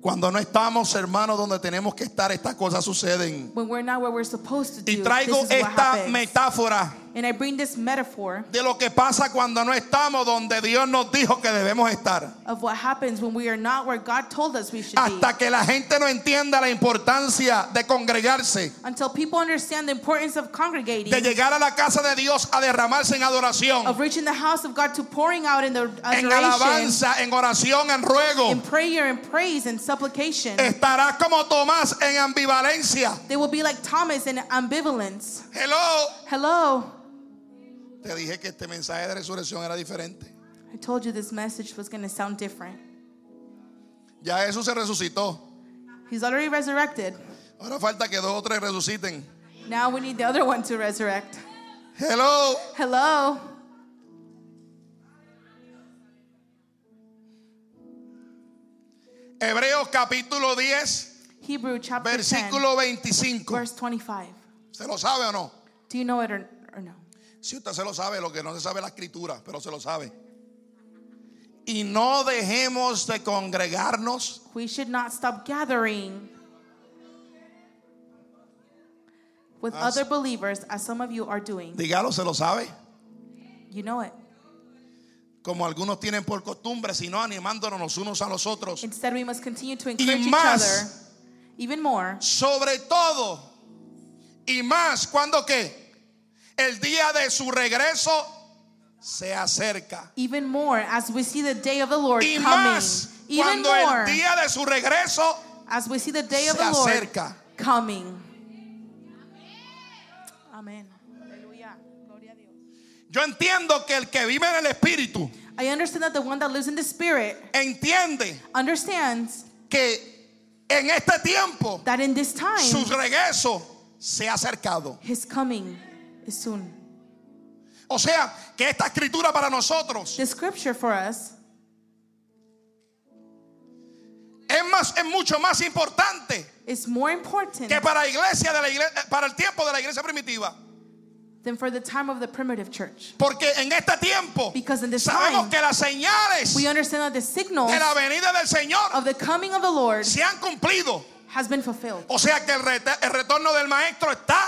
Cuando no estamos, hermanos, donde tenemos que estar, estas cosas suceden. When we're not where we're supposed to Y do, this traigo is what esta happens. metáfora And I bring this metaphor de lo que pasa cuando no estamos donde Dios nos dijo que debemos estar. of what happens when we are not where God told us we should be. Hasta que la gente no entienda la importancia de congregarse, Until people understand the importance of congregating, de llegar a la casa de Dios a derramarse en adoración, of reaching the house of God to pouring out in the adoration, en Em- alabanza, en oración, en in ruego. prayer and praise and supplication. Estarás como Tomás en ambivalencia. They will be like Thomas in ambivalence. Hello. Hello. Te dije que este mensaje de resurrección era diferente. I told you this message was going to sound different. Ya Jesús se resucitó. He's already resurrected. Ahora falta que dos o tres resuciten. Now we need the other one to resurrect. Hello. Hello. Hebreos capítulo 10, Hebrew chapter 10, versículo 25. verse 25. ¿Se lo sabe o no? Do you know it or, or no? Si usted se lo sabe, lo que no se sabe es la escritura, pero se lo sabe. Y no dejemos de congregarnos We should not stop gathering with As- other believers as some of you are doing. Dígalo, se lo sabe. You know it. Como algunos tienen por costumbre, sino animándonos los unos a los otros. Instead, we must continue to encourage each other más- even more. Sobre todo, y más cuando que el día de su regreso se acerca. Even more as we see the day of the Lord Y coming. más Even cuando more el día de su regreso as we see the day of se the Lord acerca. coming. Amen. Hallelujah. Gloria a Dios. Yo entiendo que el que vive en el Espíritu I understand that the one that lives in the Spirit entiende understands que en este tiempo that in this time, su regreso se ha acercado. his coming is soon. O sea, que esta escritura para nosotros The scripture for us es más es mucho más importante is more important que para la iglesia de la iglesia, para el tiempo de la iglesia primitiva, than for the time of the primitive church. porque en este tiempo Because in this sabemos time, que las señales We de understand that the signal la venida del Señor of the coming of the Lord se han cumplido. has been fulfilled. O sea, que el, rete- el retorno del maestro está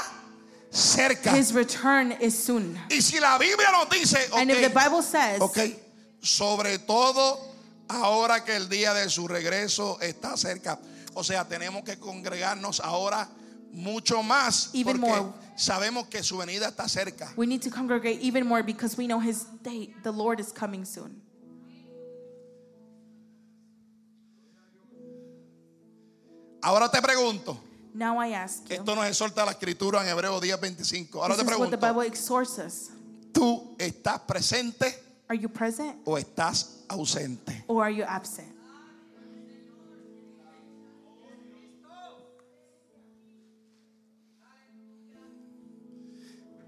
cerca. His return is soon. Y si la Biblia nos dice, And if ok, the Bible says, Ok, sobre todo ahora que el día de su regreso está cerca. O sea, tenemos que congregarnos ahora mucho más Even porque more. sabemos que su venida está cerca. we need to congregate even more because we know his date, the Lord is coming soon. Ahora te pregunto, Now I ask you, esto nos exhorta la escritura en Hebreos 10:25. Ahora this te is what the pregunto, Bible exhorts us. ¿tú estás presente Are you present o estás ausente? or are you absent?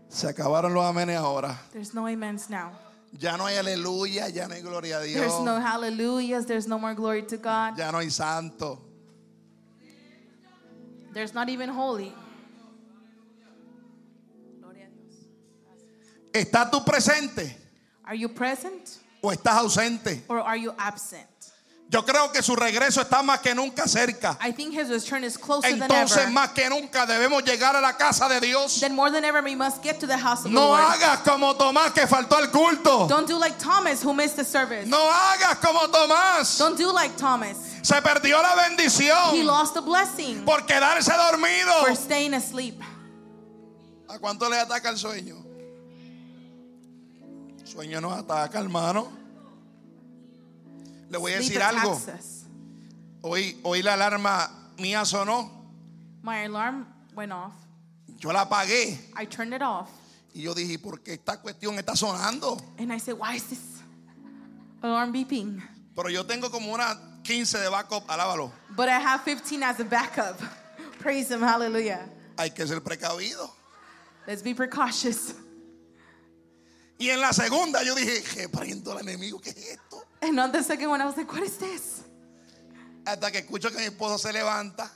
Se acabaron los amenes ahora. There's no amens now. Ya no hay aleluya, ya no hay gloria a Dios. There's no hallelujahs. There's no more glory to God. Ya no hay santo. There's not even holy. ¿Estás tú presente Are you present o estás ausente? or are you absent? Yo creo que su regreso está más que nunca cerca. I think his return is closer than Entonces, ever. más que nunca debemos llegar a la casa de Dios. Then more than ever, we must get to the house of the No Lord. hagas como Tomás que faltó al culto. Don't do like Thomas who missed the service. No hagas como Tomás. Don't do like Thomas. Se perdió la He bendición lost the blessing por quedarse for dormido. staying asleep. ¿A cuánto le ataca el sueño? El sueño nos ataca, hermano. Le voy a Sleep decir algo. attacks us. Hoy, hoy la alarma mía sonó. My alarm went off. Yo la apagué. I turned it off. Y yo dije, ¿por qué esta cuestión está sonando? And I said, Why is this alarm beeping? Pero yo tengo como una 15 de backup, alábalo. But I have 15 as a backup. Praise Him. Hallelujah. Hay que ser precavido. Let's be precautious. Y en la segunda yo dije, que prendo al enemigo, ¿qué es esto? And on the second one, I was like, what is this? Hasta que escucho que mi esposo se levanta.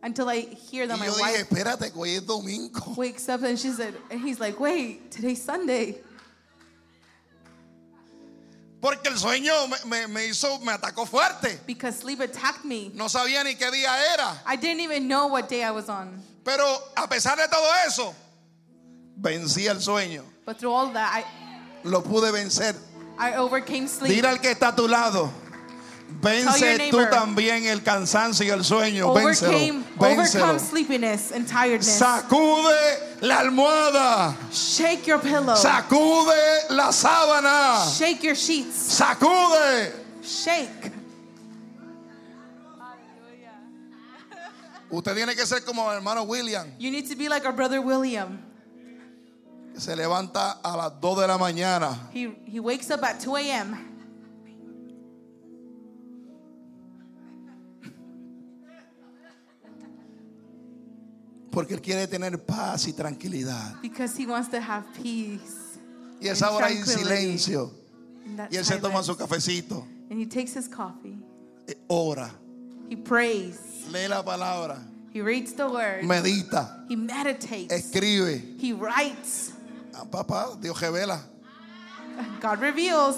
Until I hear that Y my yo dije, wife espérate, que hoy es domingo. wakes up and she said, and he's like, wait, today's Sunday. Porque el sueño me, me- me hizo, me atacó fuerte. Because sleep attacked me. No sabía ni qué día era. I didn't even know what day I was on. Pero a pesar de todo eso, vencí el sueño. But through all that, I, Lo pude vencer. I overcame sleep. Dile al que está a tu lado. your Vence tú neighbor. también el cansancio y el sueño. Vénselo. Overcame, Vénselo. overcome sleepiness and tiredness. Sacude la almohada. Shake your pillow. Sacude la sábana. Shake your sheets. Sacude. Shake. Usted tiene que ser como el hermano William, You need to be like our brother William. que se levanta a las 2 de la mañana He, he wakes up at 2 a.m. porque él quiere tener paz y tranquilidad. because he wants to have peace. Y esa hora hay Tranquility. silencio. in that Y él se toma silence. su cafecito, And he takes his coffee. eh, ora, He prays. lee la palabra, He reads the word. medita, He meditates. escribe. He writes. Ah, papá, Dios revela. God reveals.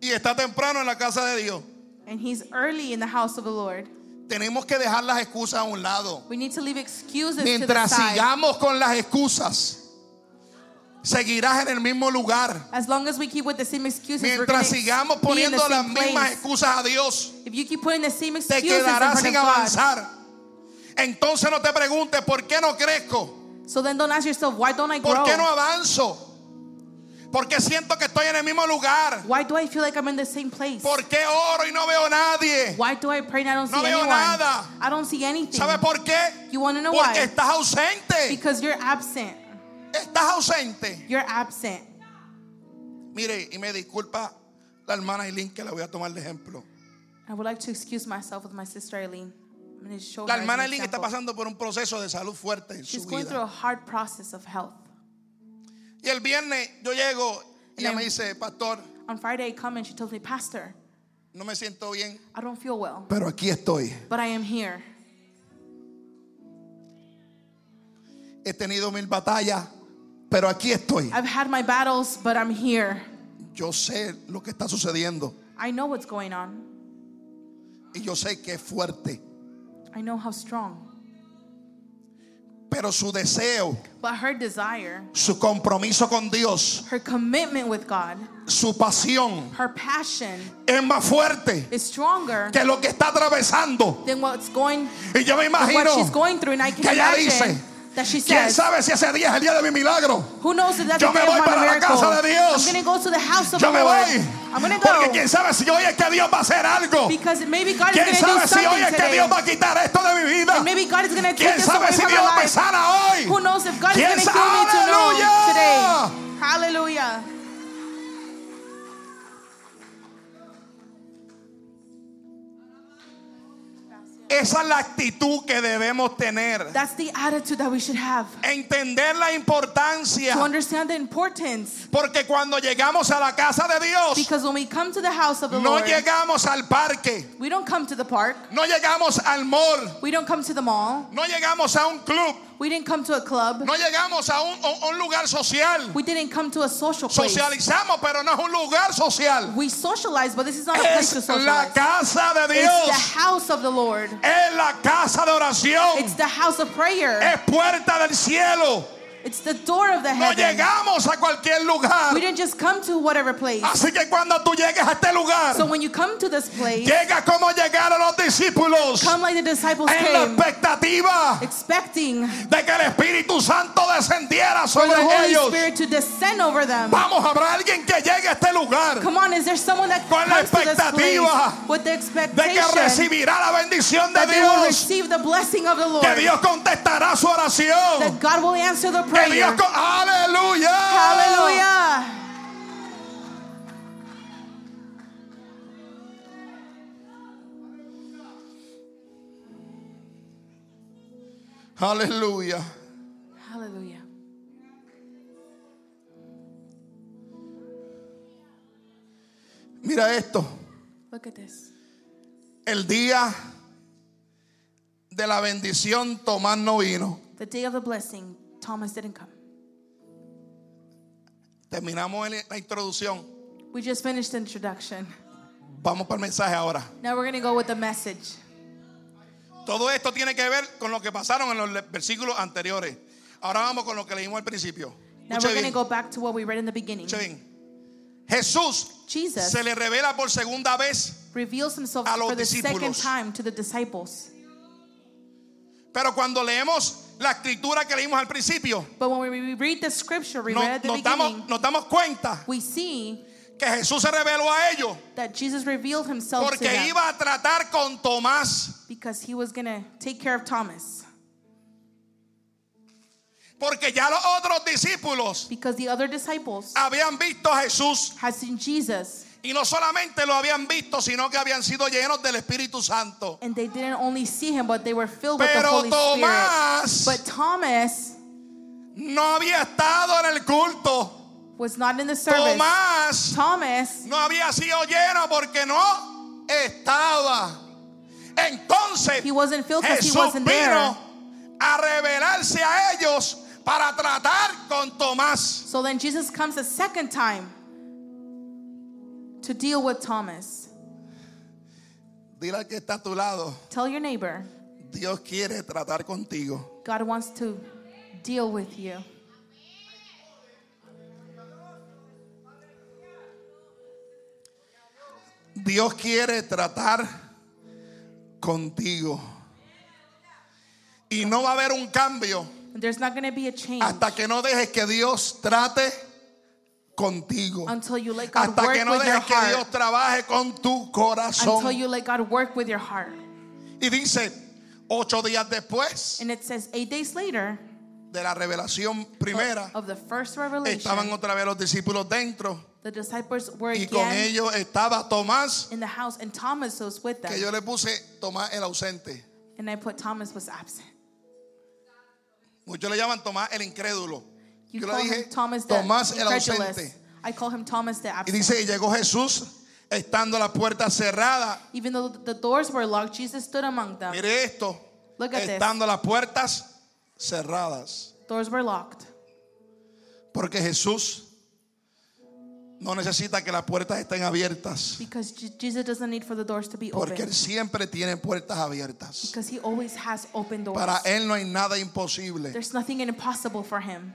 Y está temprano en la casa de Dios. And he's early in the house of the Lord. Tenemos que dejar las excusas a un lado. We need to leave excuses to the Mientras side. sigamos con las excusas, seguirás en el mismo lugar. As long as we keep with the same excuses, we're gonna Mientras sigamos be in the poniendo las same mismas place. excusas a Dios, If you keep putting the same te excuses in front quedarás of sin God, avanzar. Entonces no te preguntes por qué no crezco, so then don't ask yourself, why don't I por grow? qué no avanzo, por qué siento que estoy en el mismo lugar, Why do I feel like I'm in the same place? por qué oro y no veo a nadie. Why do I pray and I don't No see veo anyone? nada. I don't see anything. ¿Sabes por qué? You want to know why? Porque estás ausente. Because you're absent. Estás ausente. You're absent. Mire, y me disculpa la hermana Eileen que la voy a tomar de ejemplo. I would like to excuse myself with my sister Eileen. I'm going to show La her as an hermana Eileen está example. pasando por un proceso de salud fuerte en She's su going through vida. a hard process of health. Y el viernes yo llego y ella And me I'm- dice, pastor, On Friday, I come and she tells me, Pastor, no me siento bien. I don't feel well, Pero aquí estoy. but I am here. He tenido mil batallas, pero aquí estoy. I've had my battles, but I'm here. Yo sé lo que está sucediendo I know what's going on. y yo sé que es fuerte. I know how strong. Pero su deseo, But her desire, su compromiso con Dios, her commitment with God, su pasión her passion es más fuerte is stronger que lo que está atravesando. than what's going Y yo me what she's imagino, going through. And I can que ella imagine dice, that she quién says, sabe si ese día es el día de mi milagro. Who knows if that's Yo the me day voy of my para la miracle? casa de Dios. I'm going to go to the house of Yo the me Lord. voy. I'm going to Porque quién go. sabe si hoy es que Dios va a hacer algo. Because maybe God is Quién going to sabe do si hoy something es que today. Dios va a quitar esto de mi vida. Maybe God is going to take Quién this away sabe si from Dios my me life. sana hoy. Who knows if God is ¿Quién going to sabe? give me to know ¡Aleluya! today? Hallelujah. Esa es la actitud que debemos tener. That's the attitude that we should have. Entender la importancia. To understand the importance. Porque cuando llegamos a la casa de Dios, Because when we come to the house of the no Lord, llegamos al parque, we don't come to the park. no llegamos al mall, We don't come to the mall. no llegamos a un club, We didn't come to a club. no llegamos a un, a un lugar social. We didn't come to a social place. Socializamos, pero no es un lugar social. We socialize, but this is not a place to Pues, Es la socialize. casa de It's Dios. the house of the Lord. Es la casa de oración. It's the house of prayer. Es puerta del cielo. It's the door of the Eh. No heaven. llegamos a cualquier lugar. We didn't just come to whatever place. Así que cuando tú llegues a este lugar, So when you come to this place, llega como llegaron los discípulos come like the disciples en la came, expectativa expecting de que el Espíritu Santo descendiera for the sobre Holy ellos. Spirit to descend over them. Vamos, habrá alguien que llegue a este lugar Come on, is there someone that Con la comes to this expectativa place with the de que expectation recibirá la bendición de that they will Dios, receive the blessing of the Lord, que Dios contestará su oración, that God will answer the que Dios, prayer? con- aleluya, Hallelujah! Aleluya. Hallelujah. Mira esto. Look at this. El día de la bendición Tomás no vino. The day of the blessing, Thomas didn't come. Terminamos el- la introducción. We just finished the introduction. Vamos para el mensaje ahora. Now we're going to go with the message. Todo esto tiene que ver con lo que pasaron en los le- versículos anteriores. Ahora vamos con lo que leímos al principio. Now Escuche we're going to bien, go back to what we read in the beginning. escuche bien. Jesús Jesus se le revela por segunda vez, reveals himself A los for the second discípulos. time to the disciples. pero cuando leemos la escritura que leímos al principio, But when we read the scripture we no- read at the nos, damos, beginning, nos damos cuenta we see que Jesús se reveló a ellos that Jesus revealed himself to porque them iba a tratar con Tomás, because he was going to take care of Thomas. porque ya los otros discípulos Because the other disciples habían visto a Jesús had seen Jesus y no solamente lo habían visto, sino que habían sido llenos del Espíritu Santo. and they didn't only see him, but they were filled with the Pero Holy Tomás Spirit. But Thomas no había estado en el culto. was not in the service. Tomás Thomas no había sido lleno porque no estaba. Entonces He wasn't filled 'cause he Jesús wasn't there. vino a revelarse a ellos para tratar con Tomás. So then Jesus comes a second time to deal with Thomas. Dile al que está a tu lado, Tell your neighbor, Dios quiere tratar contigo. God wants to deal with you. Dios quiere tratar contigo. Y no va a haber un cambio And there's not going to be a change hasta que no dejes que Dios trate contigo. until you let God Hasta work que no with your dejes que Dios heart. trabaje con tu Until corazón. you let God work with your heart. Y dice, ocho días después And it says, eight days later, de la revelación primera, of the first revelation, estaban otra vez los discípulos dentro. the disciples were Y con again ellos estaba Tomás, in the house, and Thomas was with them. que yo le puse Tomás el ausente. And I put Thomas was absent. Muchos le llaman Tomás el incrédulo. You yo le call him dije Thomas the Tomás el incredulous. ausente. I call him Thomas the Y absent. dice, y llegó Jesús estando la puerta cerrada. Even though the doors were locked, Jesus stood among them. Mire esto. Look at this. Estando las puertas cerradas. Doors were locked Porque Jesús no necesita que las puertas estén abiertas. because Je- Jesus doesn't need for the doors to be Porque open Él siempre tiene puertas abiertas. because he always has open doors. Para Él no hay nada imposible. There's nothing impossible for him.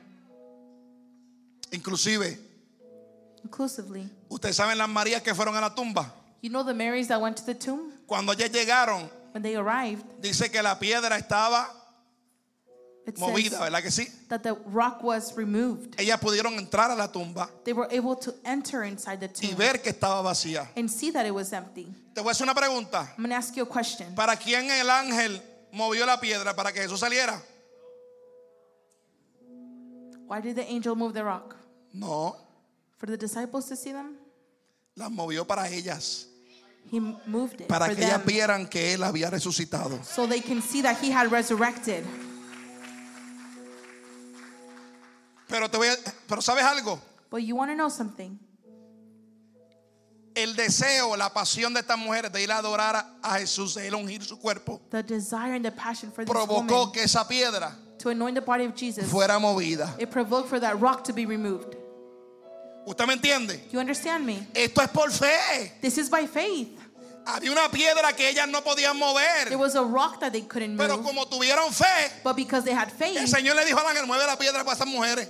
Inclusive, Inclusively, ustedes saben las Marías que fueron a la tumba. you know the Marys that went to the tomb Cuando ellas llegaron, when they arrived. dice que la piedra estaba It movida, says ¿verdad que sí? that the rock was removed. Ellas pudieron entrar a la tumba They were able to enter inside the y tomb ver que estaba vacía. and see that it was empty. Te voy a hacer una pregunta. I'm gonna ask you a question. ¿Para quién el ángel movió la piedra para que Jesús saliera? Why did the angel move the rock? No, For the disciples to see them? la movió para ellas. He m- moved it para for que ellas them vieran que Él había resucitado. so they can see that he had resurrected. Pero, te voy a- pero ¿sabes algo? But you want to know something? El deseo, la pasión de estas mujeres de ir a adorar a- a Jesús, de ir a ungir su cuerpo, The desire and the passion for this provocó woman que esa piedra to anoint the body of Jesus, fuera movida. it provoked for that rock to be removed. ¿Usted me entiende? You understand me? Esto es por fe. This is by faith. Había una piedra que ellas no podían mover. There was a rock that they couldn't Pero move, como tuvieron fe, but because they had el faith, Señor le dijo al ángel, mueve la piedra para esas mujeres.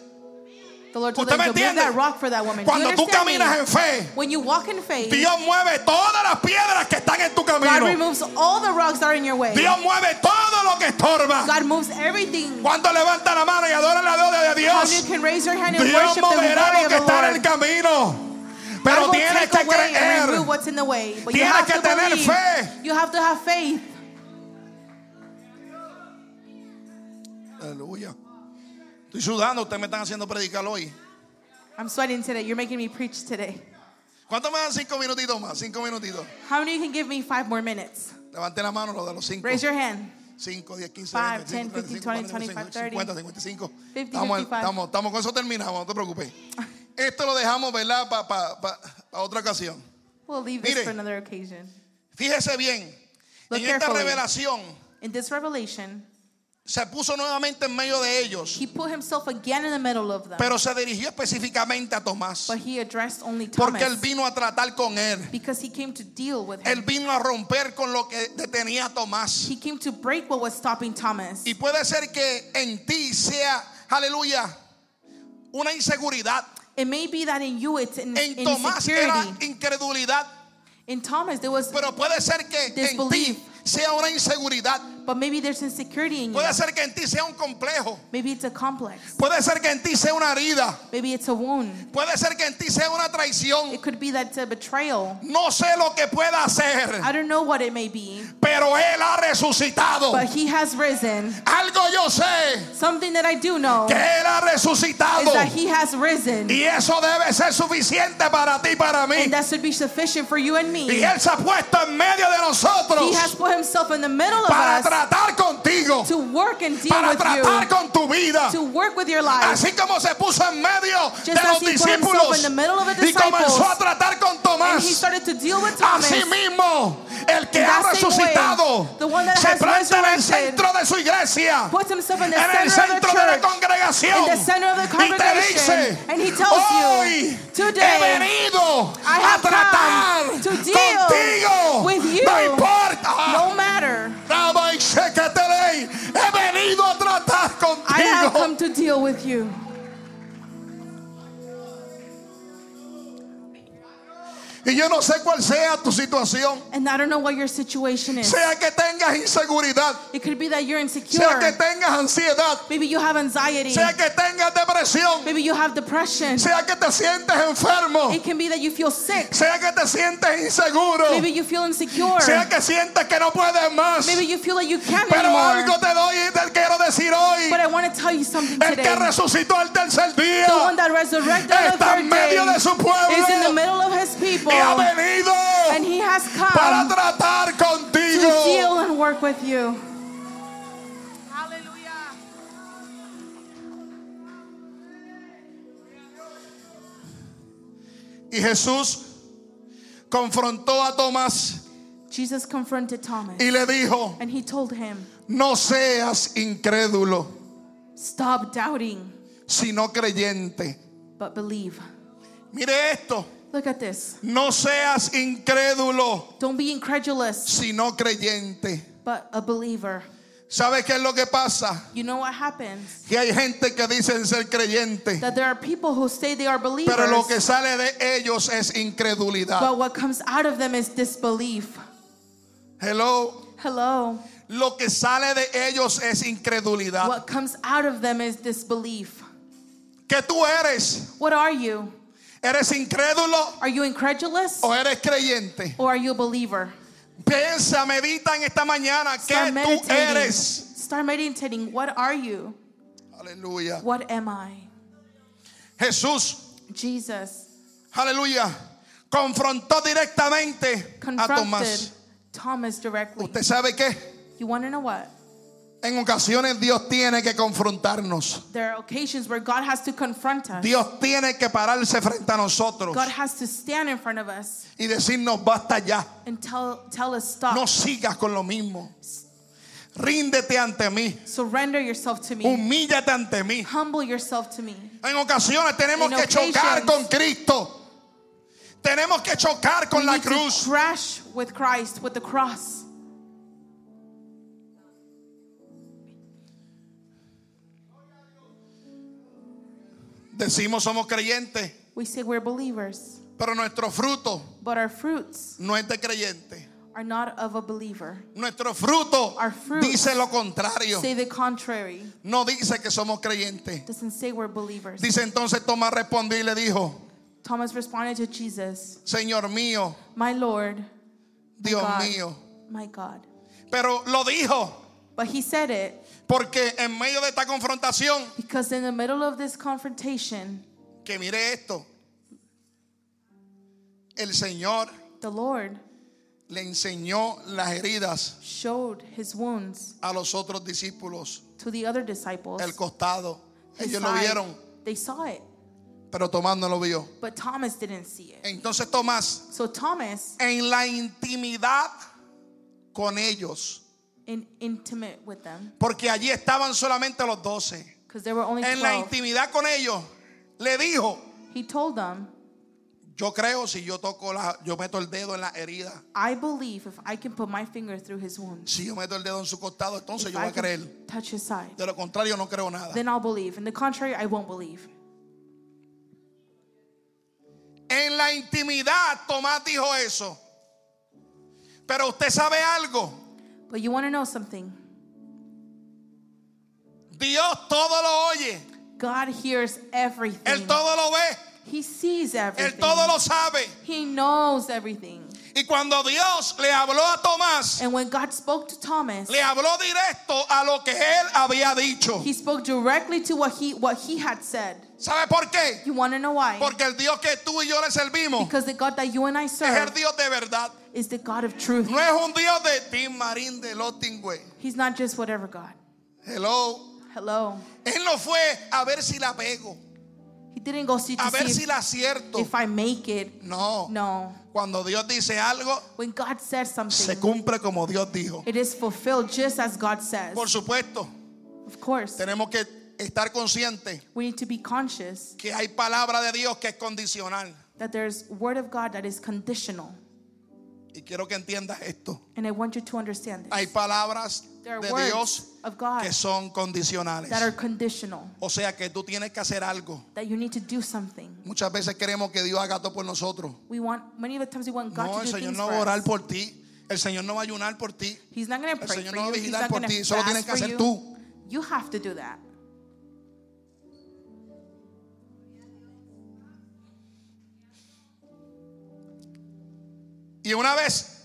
the Lord told ¿Usted them to me move entiende? that rock for that woman. Do you Cuando tú understand me? caminas en fe, When you walk in faith, Dios mueve todas las piedras que están en tu God camino. removes all the rocks that are in your way. Dios mueve todo lo que estorba. God moves everything. Cuando levanta la mano y adora la gloria de How you Dios, can raise your hand and Dios worship the glory moverá lo of que the está en el Lord. camino. God Pero will take tienes que away and creer. remove what's in the way. But you Tienes have que to tener believe. fe. You have to have faith. Aleluya. Estoy sudando, ustedes me están haciendo predicar hoy. I'm sweating today. You're making me preach today. ¿Cuánto me dan cinco minutitos más? Cinco minutitos. How many of you can give me five more minutes? Levante la mano, los de los cinco. Raise your hand. 5, 10, 15, 5, 20, 10, 15, 20, 25, 50, 55. 50, 55. estamos, estamos, estamos con eso terminamos, no te preocupes. Esto lo dejamos, ¿verdad? Para otra ocasión. We'll leave this Mire. for another occasion. Fíjese bien, Look en esta carefully. revelación In this revelation, se puso nuevamente en medio de ellos, he put himself again in the middle of them, pero se dirigió específicamente a Tomás, but he addressed only porque él Thomas vino a tratar con él. because he came to deal with Él him. vino a romper con lo que detenía a Tomás. He came to break what was stopping Thomas. Y puede ser que en ti sea, aleluya, una inseguridad. It may be that in you it's in, En Tomás era insecurity. incredulidad, In Thomas, there was, pero puede ser que en Disbelief. ti sea una inseguridad. but maybe there's insecurity in you. Puede ser que en ti sea un complejo. Maybe it's a complex. Puede ser que en ti sea una herida. Maybe it's a wound. Puede ser que en ti sea una traición. It could be that it's a betrayal. No sé lo que pueda hacer, I don't know what it may be, pero Él ha resucitado. but he has risen. Algo yo sé Something that I do know que Él ha is resucitado. that he has risen, Y eso debe ser suficiente para ti y para mí. and that should be sufficient for you and me. Y Él se ha puesto en medio de nosotros He has put himself in the middle of para us tratar contigo, to work and deal para with tratar you, con tu vida. to work with your life. Así como se puso en medio de as he los put himself discípulos in the middle of the y comenzó disciples, a tratar con And he Tomás. started to deal with Thomas. Así mismo, el que In ha that same way, resucitado the one that se has planta en el resurrected centro de su iglesia, Puts himself in the en el center of the centro de la church, congregación, in the center of the y te congregation, dice: and he tells Hoy you, "Today, he I venido a have come tratar to deal contigo, with you. no importa. No matter, Rama y Shekatelei, he venido a tratar I have contigo. come to deal with you. Y yo no sé cuál sea tu situación, And I don't know what your situation is. sea que tengas inseguridad, It could be that you're sea que insecure. tengas ansiedad, Maybe you have anxiety. sea que tengas depresión, Maybe you have depression. sea que te sientes enfermo, It can be that you feel sick. sea que te sientes inseguro, Maybe you feel insecure. sea que sientes que no puedes más. Maybe you feel that you can't Pero algo anymore. te doy y te quiero decir hoy, But I want to tell you something el que today. resucitó al tercer The one día that resurrected on the está en third day medio de su is in the pueblo middle of his people. y ha And venido. he has para come tratar to contigo. deal and work with you. Hallelujah. Y Jesús confrontó a Tomás Jesus confronted Thomas y le dijo, and he told him, no seas incrédulo, Stop doubting, sino creyente. but believe. Mire esto, Look at this. no seas incrédulo, Don't be incredulous, sino creyente. but a believer. ¿Sabes qué es lo que pasa? You know what happens? Que hay gente que dicen ser creyente, That there are people who say they are pero lo believers, que sale de ellos es incredulidad. but what comes out of them is disbelief. Hello, Hello. lo que sale de ellos es incredulidad. What comes out of them is disbelief. ¿Qué tú eres? What are you? ¿Eres incrédulo Are you incredulous o eres creyente? or are you a believer? Piensa, medita en esta mañana que Start tú meditating. eres. Start meditating. What are you? Aleluya. What am I? Jesús, Jesus aleluya, confrontó directamente a confronted Tomás. Thomas directly. Usted sabe que You want to know what? en ocasiones Dios tiene que confrontarnos. There are occasions where God has to confront us. Dios tiene que pararse frente a nosotros God has to stand in front of us y decirnos basta ya. and tell tell us stop. No sigas con lo mismo. Ríndete ante mí. Surrender yourself to me. Humíllate ante mí. Humble yourself to me. En ocasiones tenemos In que chocar occasions- con Cristo. Tenemos que chocar con We la need to cruz. crash with Christ, with the cross. Decimos somos creyentes, We say we're believers, pero nuestro fruto but our fruits no es de creyente. are not of a believer. Nuestro fruto Our fruit dice lo contrario. Say the contrary. No dice que somos creyentes. Doesn't say we're believers. Dice entonces Tomás respondió y le dijo, Thomas responded to Jesus, Señor mío, My Lord, Dios God, mío. my God. Pero lo dijo But he said it porque en medio de esta confrontación, because in the middle of this confrontation, que mire esto, el Señor the Lord le enseñó las heridas showed his wounds a los otros discípulos, to the other disciples. el costado. His Ellos lo side. vieron, They saw it, pero Tomás no lo vio. but Thomas didn't see it. Entonces Tomás, So Thomas, en la intimidad con ellos, in intimate with them, porque allí estaban solamente los doce, because there were only en la 12, intimidad con ellos, le dijo, he told them, yo creo si yo toco la, yo meto el dedo en la herida, I believe if I can put my finger through his wound, si yo meto el dedo en su costado, entonces if yo voy I a creer. can touch his side, De lo contrario, no creo nada. then I'll believe. In the contrary, I won't believe. En la intimidad, Tomás dijo eso. Pero usted sabe algo. But you want to know something? Dios todo lo oye. God hears Él everything. todo lo ve. He sees Él everything. todo lo sabe. He knows everything. Y cuando Dios le habló a Tomás, And when God spoke to Thomas, le habló directo a lo que él había dicho. he spoke directly to what he what he had said. ¿Sabe por qué? You want to know why? Porque el Dios que tú y yo le servimos Because the God that you and I es el serve Dios de verdad. is the God of truth. No es un Dios de Tim Marín de Lottingway. He's not just whatever God. Hello. Hello. Él no fue a ver si la pego, He didn't go see a to ver see si if, la acierto. if I make it. No. No. Cuando Dios dice algo, When God says se something, cumple como Dios dijo. it is fulfilled just as God says. Por supuesto, Of course. tenemos que estar conscientes We need to be conscious que hay palabra de Dios que es condicional. that there's word of God that is conditional. Y quiero que entiendas esto. And I want you to understand Hay this. palabras There are de Dios words of God que son condicionales. that are conditional, O sea que tú tienes que hacer algo. that you need to do something. Muchas veces queremos que Dios haga todo por nosotros. We want many of the times we want God No, to el do Señor things no va for a orar us. por ti. El Señor no va a ayunar por ti. He's not going to El pray Señor for no va a you. He's vigilar not por going ti. to Eso lo fast tienes que for hacer you. tú. You have to do that. Y una vez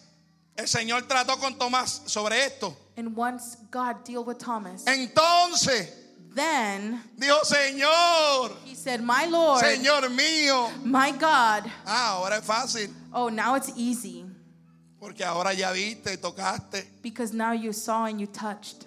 el Señor trató con Tomás sobre esto. And once God deal with Thomas, Eh. Entonces then dijo, Señor, he said, "My Lord, Señor mío. my God." Ah, ahora es fácil. Oh, now it's easy Porque ahora ya viste, tocaste. because now you saw and you touched.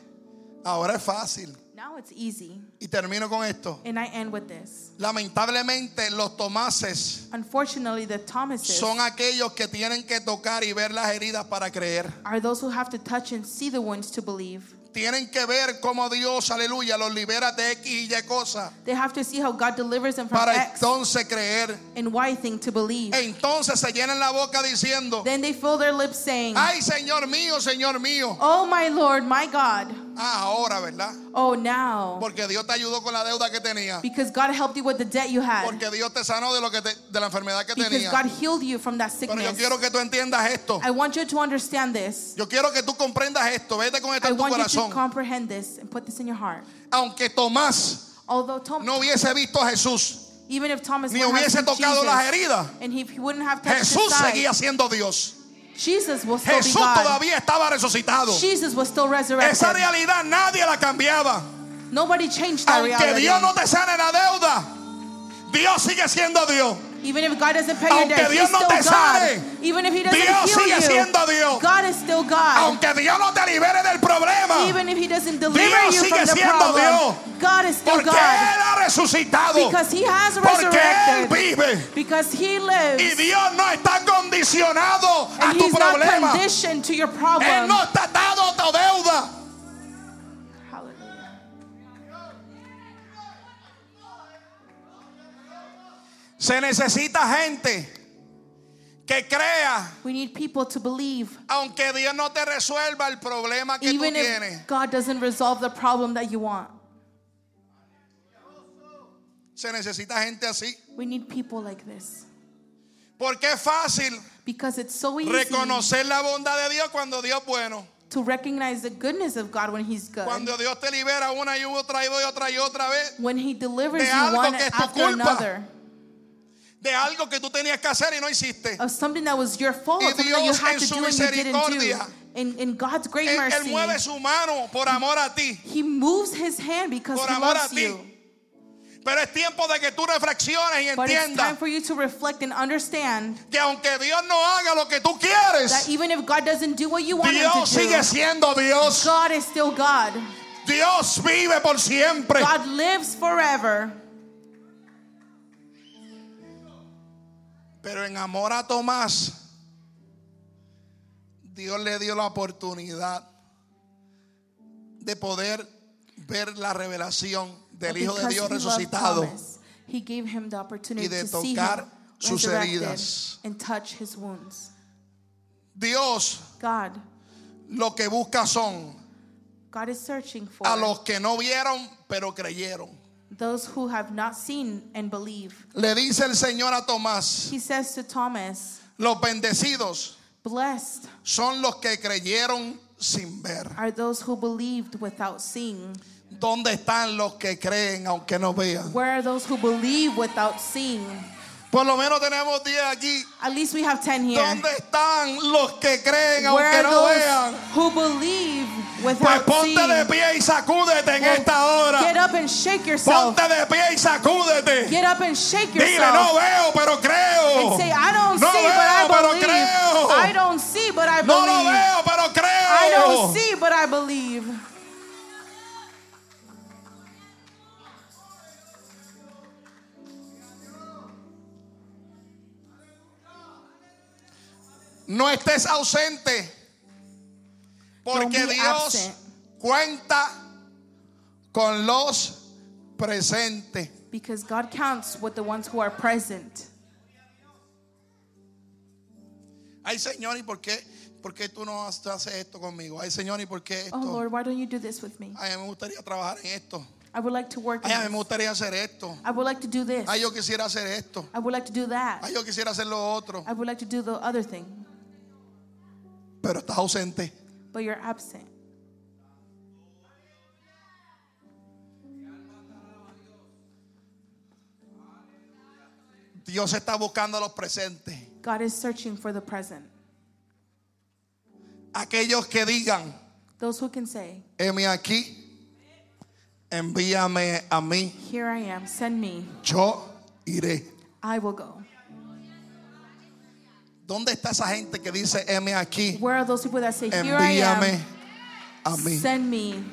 Ahora es fácil. Now it's easy. Y termino con esto. And I end with this. Lamentablemente los tomases Unfortunately, the Thomases son aquellos que tienen que tocar y ver las heridas para creer. are those who have to touch and see the wounds to believe. Tienen que ver cómo Dios, aleluya, los libera de X y Y cosas They have to see how God delivers them from para X entonces creer. and Y thing to believe. Entonces se llenan la boca diciendo, Then they fill their lips saying, ay Señor mío, Señor mío. Oh my Lord, my God. Ah, ahora, ¿verdad? Oh, now. Porque Dios te ayudó con la deuda que tenía. Because God helped you with the debt you had. Porque Dios te sanó de, lo que te- de la enfermedad que Because tenía. God healed you from that Pero yo sickness. quiero que tú entiendas esto. I want you to understand this. Yo quiero que tú comprendas esto. Vete con esto I en tu want you to corazón. comprehend this and put this in your heart. Aunque Tomás Although Tom, no hubiese visto a Jesús, even if Thomas ni would have hubiese seen tocado las Jesus, heridas, and he, he wouldn't have touched Jesús his side, seguía siendo Dios. Jesus will still Jesús be God. todavía estaba resucitado. Jesus was still Esa resurrected. realidad nadie la cambiaba. Nobody changed that Aunque reality. Dios no te sane la deuda, Dios sigue siendo Dios. Even if God doesn't pay Aunque your debt, Dios He's no still God. te sane, Even if He doesn't Dios heal sigue you, siendo Dios. God is still God. Aunque Dios no te libere del problema, Ah. Even if he doesn't deliver Dios you sigue from the siendo problem, Dios. God is still porque Él God. ha resucitado, Because he has porque Él resurrected. vive. Because he Y lives. Dios no está condicionado a And tu he's not problema. conditioned to your Él no problem. está atado a tu deuda. Hallelujah. Se necesita gente que crea, We need people to believe. aunque Dios no te resuelva el problema que Even tú tienes. if God doesn't resolve the problem that you want. Se necesita gente así. We need people like this. Porque es fácil Because it's so easy reconocer la bondad de Dios cuando Dios es bueno. to recognize the goodness of God when he's good. Cuando Dios te libera una y otra y otra y otra vez When he delivers de you algo one que es tu after culpa. another de algo que tú tenías que hacer y no hiciste. of something that was your fault, Y something that you Dios en had to su do and you didn't do. misericordia, In, in God's great Él, Él mercy, mueve su mano por amor a ti. He moves his hand because Por he amor a loves ti. you. Pero es tiempo de que tú reflexiones y But it's time entiendas for you to reflect and understand que aunque Dios no haga lo que tú that quieres, even if God doesn't do what you want Him Dios to do, sigue siendo Dios. God is still God. Dios vive por siempre. God lives forever. Pero en amor a Tomás, Dios le dio la oportunidad de poder ver la revelación del Hijo de Because Dios he loved resucitado. Thomas, he gave him the opportunity y de to see him tocar sus resurrected heridas. and touch his wounds. Dios God, lo que busca son God is searching for a los que no vieron, pero creyeron. those who have not seen and believe. Le dice el Señor a Tomás, He says to Thomas, los bendecidos Blessed son los que creyeron sin ver. are those who believed without seeing. ¿Dónde están los que creen aunque no vean? Where are those who believe without seeing? Por lo menos tenemos 10 aquí. At least we have 10 here. ¿Dónde están los que creen aunque Where no are vean? those who believe Pues without seeing? ponte de pie y sacúdete en Well, esta Get hora. up and shake yourself. Ponte de pie y sacúdete. Get up and shake Dile, no yourself. veo, pero creo. And say, I don't No see, but veo, I pero believe. creo. I don't see, but I No lo believe. veo, pero I don't creo. see, but I believe. No estés ausente. Porque Don't be Dios absent. cuenta con los presentes. Because God counts with the ones who are present. Ay, Señor, ¿y por qué? ¿Por qué tú no haces esto conmigo? Ay, Señor, ¿y por qué esto? Oh Lord, why don't you do this with me? Ay, a mí me gustaría trabajar en esto. I would like to work. in Ay, a mí me this. gustaría hacer esto. I would like to do this. Ay, yo quisiera hacer esto. I would like to do that. Ay, yo quisiera hacer lo otro. I would like to do the other thing. Pero estás ausente. But you're absent. Dios está buscando a los presentes. God is searching for the present. Aquellos que digan, Those who can say, heme aquí, envíame a mí, Here I am, send me, yo iré. I will go. ¿Dónde está esa gente que dice, heme aquí, Where are those people that say, Here I envíame am, a mí? send me?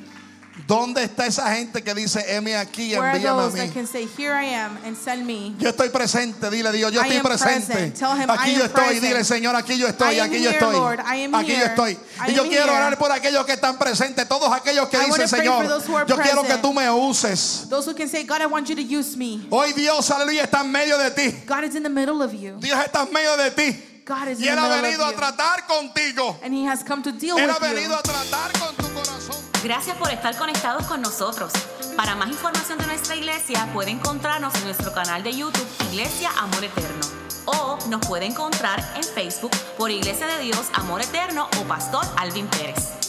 ¿Dónde está esa gente que dice, heme aquí, Where are envíame a those that mí? can say, Here I am, and send me? Yo estoy presente, dile Dios, yo I estoy am presente. present. Tell him, Aquí I am yo estoy, present. dile Señor, aquí yo estoy, I am aquí yo here, estoy. Lord. I am Aquí yo here. estoy. I Y yo am quiero here. orar por aquellos que están presentes, todos aquellos que I wanna dicen, pray for Señor, those who are yo quiero que present. tú me uses. Those who can say, God, I want you to use me. Hoy Dios, aleluya, está en medio de ti. God is in the middle of you. Dios está en medio de ti. God is Y in Él ha the middle venido a of you. tratar contigo. And He has come to deal Él with ha you. venido a tratar con tu corazón. Gracias por estar conectados con nosotros. Para más información de nuestra iglesia, puede encontrarnos en nuestro canal de YouTube Iglesia Amor Eterno. O nos puede encontrar en Facebook por Iglesia de Dios Amor Eterno o Pastor Alvin Pérez.